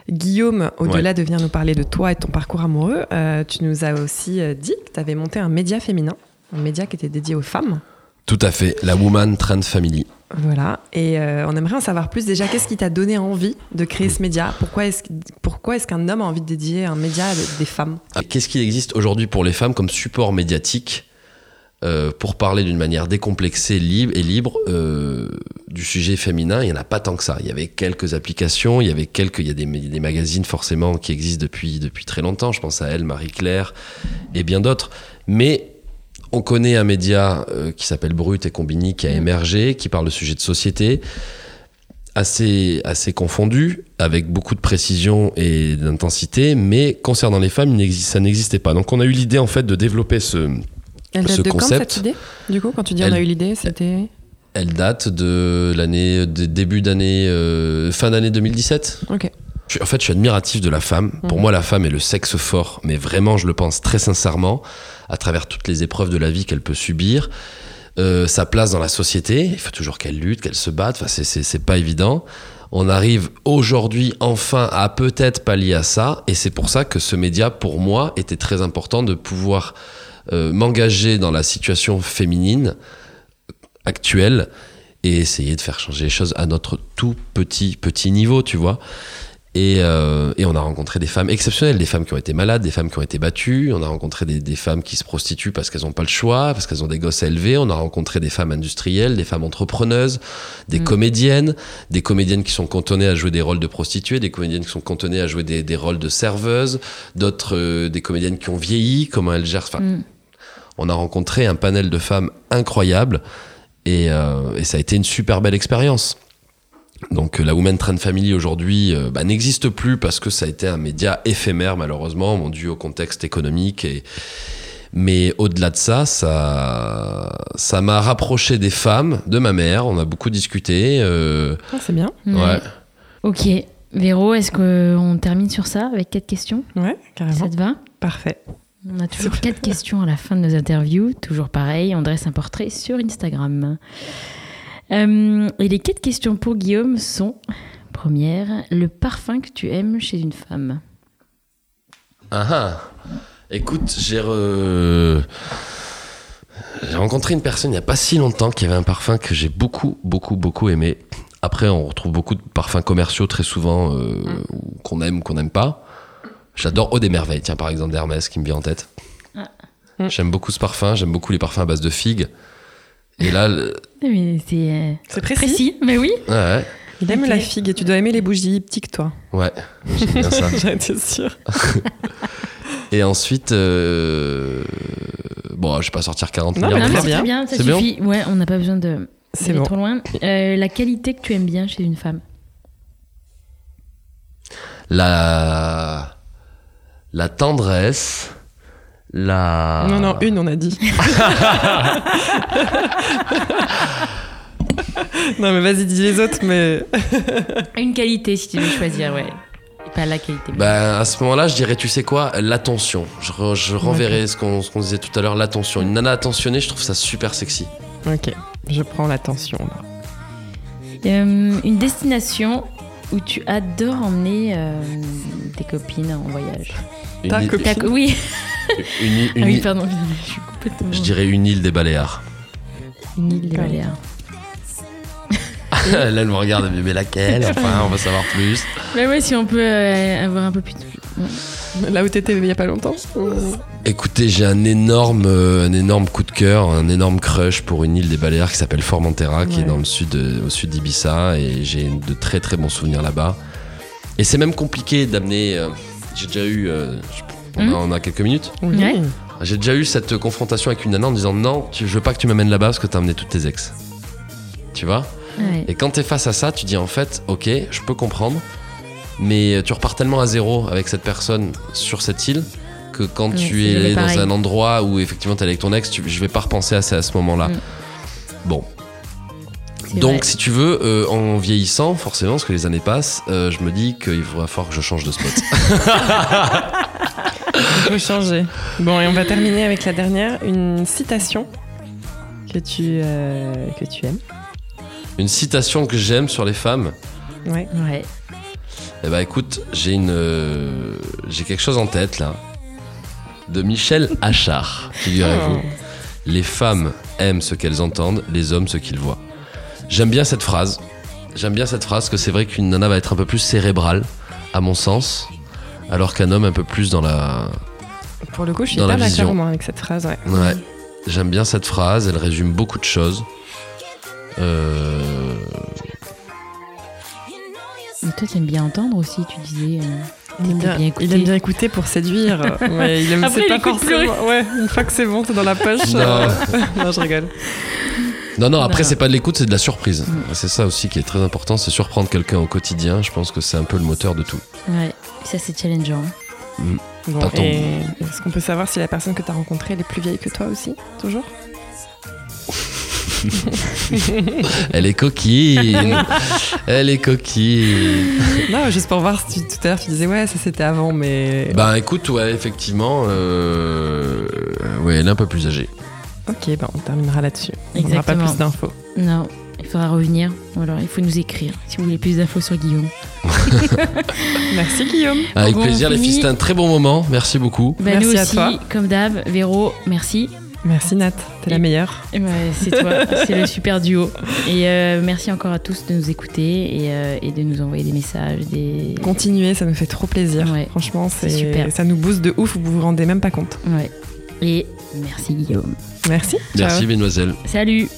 A: Guillaume, au-delà de venir nous parler de toi et de ton parcours amoureux, euh, tu nous as aussi euh, dit que tu avais monté un média féminin, un média qui était dédié aux femmes.
B: Tout à fait, la Woman Trend Family.
A: Voilà. Et euh, on aimerait en savoir plus déjà. Qu'est-ce qui t'a donné envie de créer ce média Pourquoi est-ce pourquoi est-ce qu'un homme a envie de dédier un média à des femmes
B: Qu'est-ce qu'il existe aujourd'hui pour les femmes comme support médiatique euh, pour parler d'une manière décomplexée libre et libre euh, du sujet féminin, il n'y en a pas tant que ça. Il y avait quelques applications, il y avait quelques, il y a des, des magazines forcément qui existent depuis, depuis très longtemps. Je pense à elle, Marie-Claire et bien d'autres. Mais on connaît un média euh, qui s'appelle Brut et Combini qui a émergé, qui parle de sujets de société, assez, assez confondu, avec beaucoup de précision et d'intensité, mais concernant les femmes, il n'existe- ça n'existait pas. Donc on a eu l'idée en fait de développer ce...
A: Elle date
B: Ce
A: de quand
B: concept-
A: cette idée Du coup, quand tu dis
B: Elle-
A: on a eu l'idée, c'était
B: Elle date de l'année, de- début d'année, euh, fin d'année 2017.
A: ok.
B: Je suis- en fait, je suis admiratif de la femme. Pour moi, la femme est le sexe fort, mais vraiment, je le pense très sincèrement, à travers toutes les épreuves de la vie qu'elle peut subir, euh, sa place dans la société. Il faut toujours qu'elle lutte, qu'elle se batte. Enfin, c'est- c'est c'est pas évident. On arrive aujourd'hui enfin à peut-être pallier à ça, et c'est pour ça que ce média, pour moi, était très important de pouvoir euh, m'engager dans la situation féminine actuelle et essayer de faire changer les choses à notre tout petit petit niveau, tu vois. Et, euh, et on a rencontré des femmes exceptionnelles, des femmes qui ont été malades, des femmes qui ont été battues. On a rencontré des, des femmes qui se prostituent parce qu'elles n'ont pas le choix, parce qu'elles ont des gosses à élever. On a rencontré des femmes industrielles, des femmes entrepreneuses, des
C: Mm.
B: comédiennes, des comédiennes qui sont cantonnées à jouer des rôles de prostituées, des comédiennes qui sont cantonnées à jouer des, des rôles de serveuses, d'autres euh, des comédiennes qui ont vieilli, comment elles gèrent. Enfin,
C: Mm.
B: on a rencontré un panel de femmes incroyables et, euh, et ça a été une super belle expérience. Donc euh, la Women Trend Family aujourd'hui euh, bah, n'existe plus parce que ça a été un média éphémère malheureusement, bon, dû au contexte économique. Et... Mais au-delà de ça, ça ça m'a rapproché des femmes, de ma mère, on a beaucoup discuté. euh,
A: Ah, c'est bien.
C: Mmh.
B: Ouais.
C: Mm. Ok. Véro, est-ce qu'on termine sur ça avec quatre questions
A: Ouais, carrément.
C: Ça te va
A: Parfait.
C: On a toujours quatre questions à la fin de nos interviews. Toujours pareil, on dresse un portrait sur Instagram. Euh, et les quatre questions pour Guillaume sont première, le parfum que tu aimes chez une femme.
B: Ah ah. Écoute, j'ai re- j'ai rencontré une personne il n'y a pas si longtemps qui avait un parfum que j'ai beaucoup, beaucoup, beaucoup aimé. Après, on retrouve beaucoup de parfums commerciaux très souvent euh,
A: Mm.
B: ou qu'on aime ou qu'on n'aime pas. J'adore Eau des Merveilles, tiens, par exemple, d'Hermès qui me vient en tête.
C: Ah.
A: Mm.
B: J'aime beaucoup ce parfum, j'aime beaucoup les parfums à base de figues. Et là, le-
C: Ah, Mais c'est euh,
A: C'est
C: précis, mais oui.
B: ouais, ouais,
A: Il aime
C: Ok.
A: la figue et tu dois aimer les bougies hiptiques, <laughs> toi.
B: ouais, j'aime
A: <laughs>
B: bien ça.
A: J'en étais sûre.
B: Et ensuite, euh, bon, je vais pas sortir 40
A: Non,
B: milliards
A: mais
B: de
C: mais
A: très
B: parfums.
C: c'est très bien, ça
B: C'est bon
C: suffit. Ouais, on n'a pas besoin de
A: C'est
C: d'aller
A: bon.
C: trop loin. Euh, la qualité que tu aimes bien chez une femme.
B: la la tendresse la
A: Non, non, une, on a
B: <laughs>
A: dit. non, mais vas-y, dis les autres, mais. <laughs>
C: Une qualité, si tu veux choisir, ouais. Et pas la qualité.
B: ben, à ce moment-là, je dirais, tu sais quoi, l'attention. Je, re- je renverrai ce qu'on ce qu'on disait tout à l'heure, l'attention. Une nana attentionnée, je trouve ça super sexy.
A: Ok, je prends l'attention, là.
C: Euh, une destination où tu adores emmener euh, tes copines en voyage.
B: Une,
A: Ta
B: île-
A: copine.
C: Ta co- oui.
B: une île-
C: Ah
B: une
C: oui,
B: île-
C: pardon, je suis complètement.
B: je dirais une île des Baléares.
C: Une île des Baléares.
B: Là, <laughs> elle me regarde, elle me dit, mais laquelle Enfin, on va savoir plus.
C: Mais ouais, si on peut euh, avoir un peu plus de.
A: Là où t'étais il y a pas longtemps
B: Écoutez, j'ai un énorme, euh, un énorme coup de cœur, un énorme crush pour une île des Baléares qui s'appelle Formentera, qui est
A: Ouais.
B: dans le sud, euh, au sud d'Ibiza, et j'ai de très très bons souvenirs là-bas. Et c'est même compliqué d'amener. euh, j'ai déjà eu. euh, je- on,
C: Mhm.
B: a, on a quelques minutes.
A: Oui.
C: Ouais.
B: J'ai déjà eu cette confrontation avec une nana en disant non, tu- je veux pas que tu m'amènes là-bas parce que t'as amené toutes tes ex. Tu vois
C: Ouais.
B: Et quand t'es face à ça, tu dis en fait, ok, je peux comprendre, mais tu repars tellement à zéro avec cette personne sur cette île que quand
C: Ouais,
B: tu
C: c'est
B: es
C: jamais
B: dans
C: pareil.
B: un endroit où effectivement t'es avec ton ex, tu- je vais pas repenser à ça à ce moment-là.
C: Mm.
B: Bon.
C: C'est
B: Donc
C: vrai.
B: si tu veux, euh, en vieillissant, forcément, parce que les années
C: <laughs>
B: passent, euh, je me dis qu'il va falloir que je change de spot.
A: faut changer. Bon, et on va terminer avec la dernière, une citation que tu, euh, que tu aimes.
B: Une citation que j'aime sur les femmes.
A: Ouais.
C: Ouais.
B: Eh bah écoute, j'ai une, euh, j'ai quelque chose en tête là, de Michel Achard, figurez-vous.
A: Oh.
B: Les femmes aiment ce qu'elles entendent, les hommes ce qu'ils voient. J'aime bien cette phrase. J'aime bien cette phrase que c'est vrai qu'une nana va être un peu plus cérébrale, à mon sens, alors qu'un homme un peu plus dans la.
A: Pour le coup, je suis
B: Dans la
A: pas d'accord
B: vision.
A: moi avec cette phrase. Ouais.
B: Ouais. J'aime bien cette phrase. Elle résume beaucoup de choses. Euh,
C: Mais toi, t'aimes bien entendre aussi, tu disais. euh,
A: Il aime,
C: t'aimes
A: bien,
C: bien écouter.
A: il aime bien écouter pour séduire. <laughs> Ouais, il aime
C: Après,
A: c'est
C: il
A: pas
C: écoute plus
A: forcément. Ouais, une fois que c'est bon, t'es dans la poche.
B: Non.
A: euh, non, je rigole.
B: Non, non, après,
C: Non.
B: c'est pas de l'écoute, c'est de la surprise.
C: Mm.
B: C'est ça aussi qui est très important, c'est surprendre quelqu'un au quotidien. Je pense que c'est un peu le moteur de tout.
C: Ouais, ça c'est challengeant.
A: Bon,
B: T'attends.
A: et est-ce qu'on peut savoir si la personne que t'as rencontrée elle est plus vieille que toi aussi, toujours
B: Elle est coquine Elle est coquine
A: Non, juste pour voir si tu- tout à l'heure tu disais ouais, ça c'était avant, mais
B: Ben écoute, ouais, effectivement, euh... ouais, elle est un peu plus âgée.
A: ok, ben on terminera là-dessus. On n'aura pas
C: Exactement.
A: plus d'infos.
C: Non, il faudra revenir. Ou alors, il faut nous écrire si vous voulez plus d'infos sur Guillaume.
A: Merci Guillaume.
B: Avec
C: Bon,
B: plaisir, les
C: fini.
B: filles, c'était un très bon moment. Merci beaucoup.
C: Bah,
A: Merci
C: nous
A: à
C: aussi,
A: toi.
C: comme d'hab, Véro, merci.
A: Merci Nat, t'es la
C: Et-
A: meilleure.
C: Eh ben, c'est <laughs> toi, c'est le super duo. Et euh, merci encore à tous de nous écouter et, euh, et de nous envoyer des messages, des.
A: Continuez, ça nous fait trop plaisir.
C: Ouais.
A: Franchement, c'est
C: C'est super.
A: Ça nous booste de ouf, vous vous rendez même pas compte.
C: Ouais. Et merci Guillaume.
A: Merci. Ciao.
B: Merci, mesdemoiselles.
C: Salut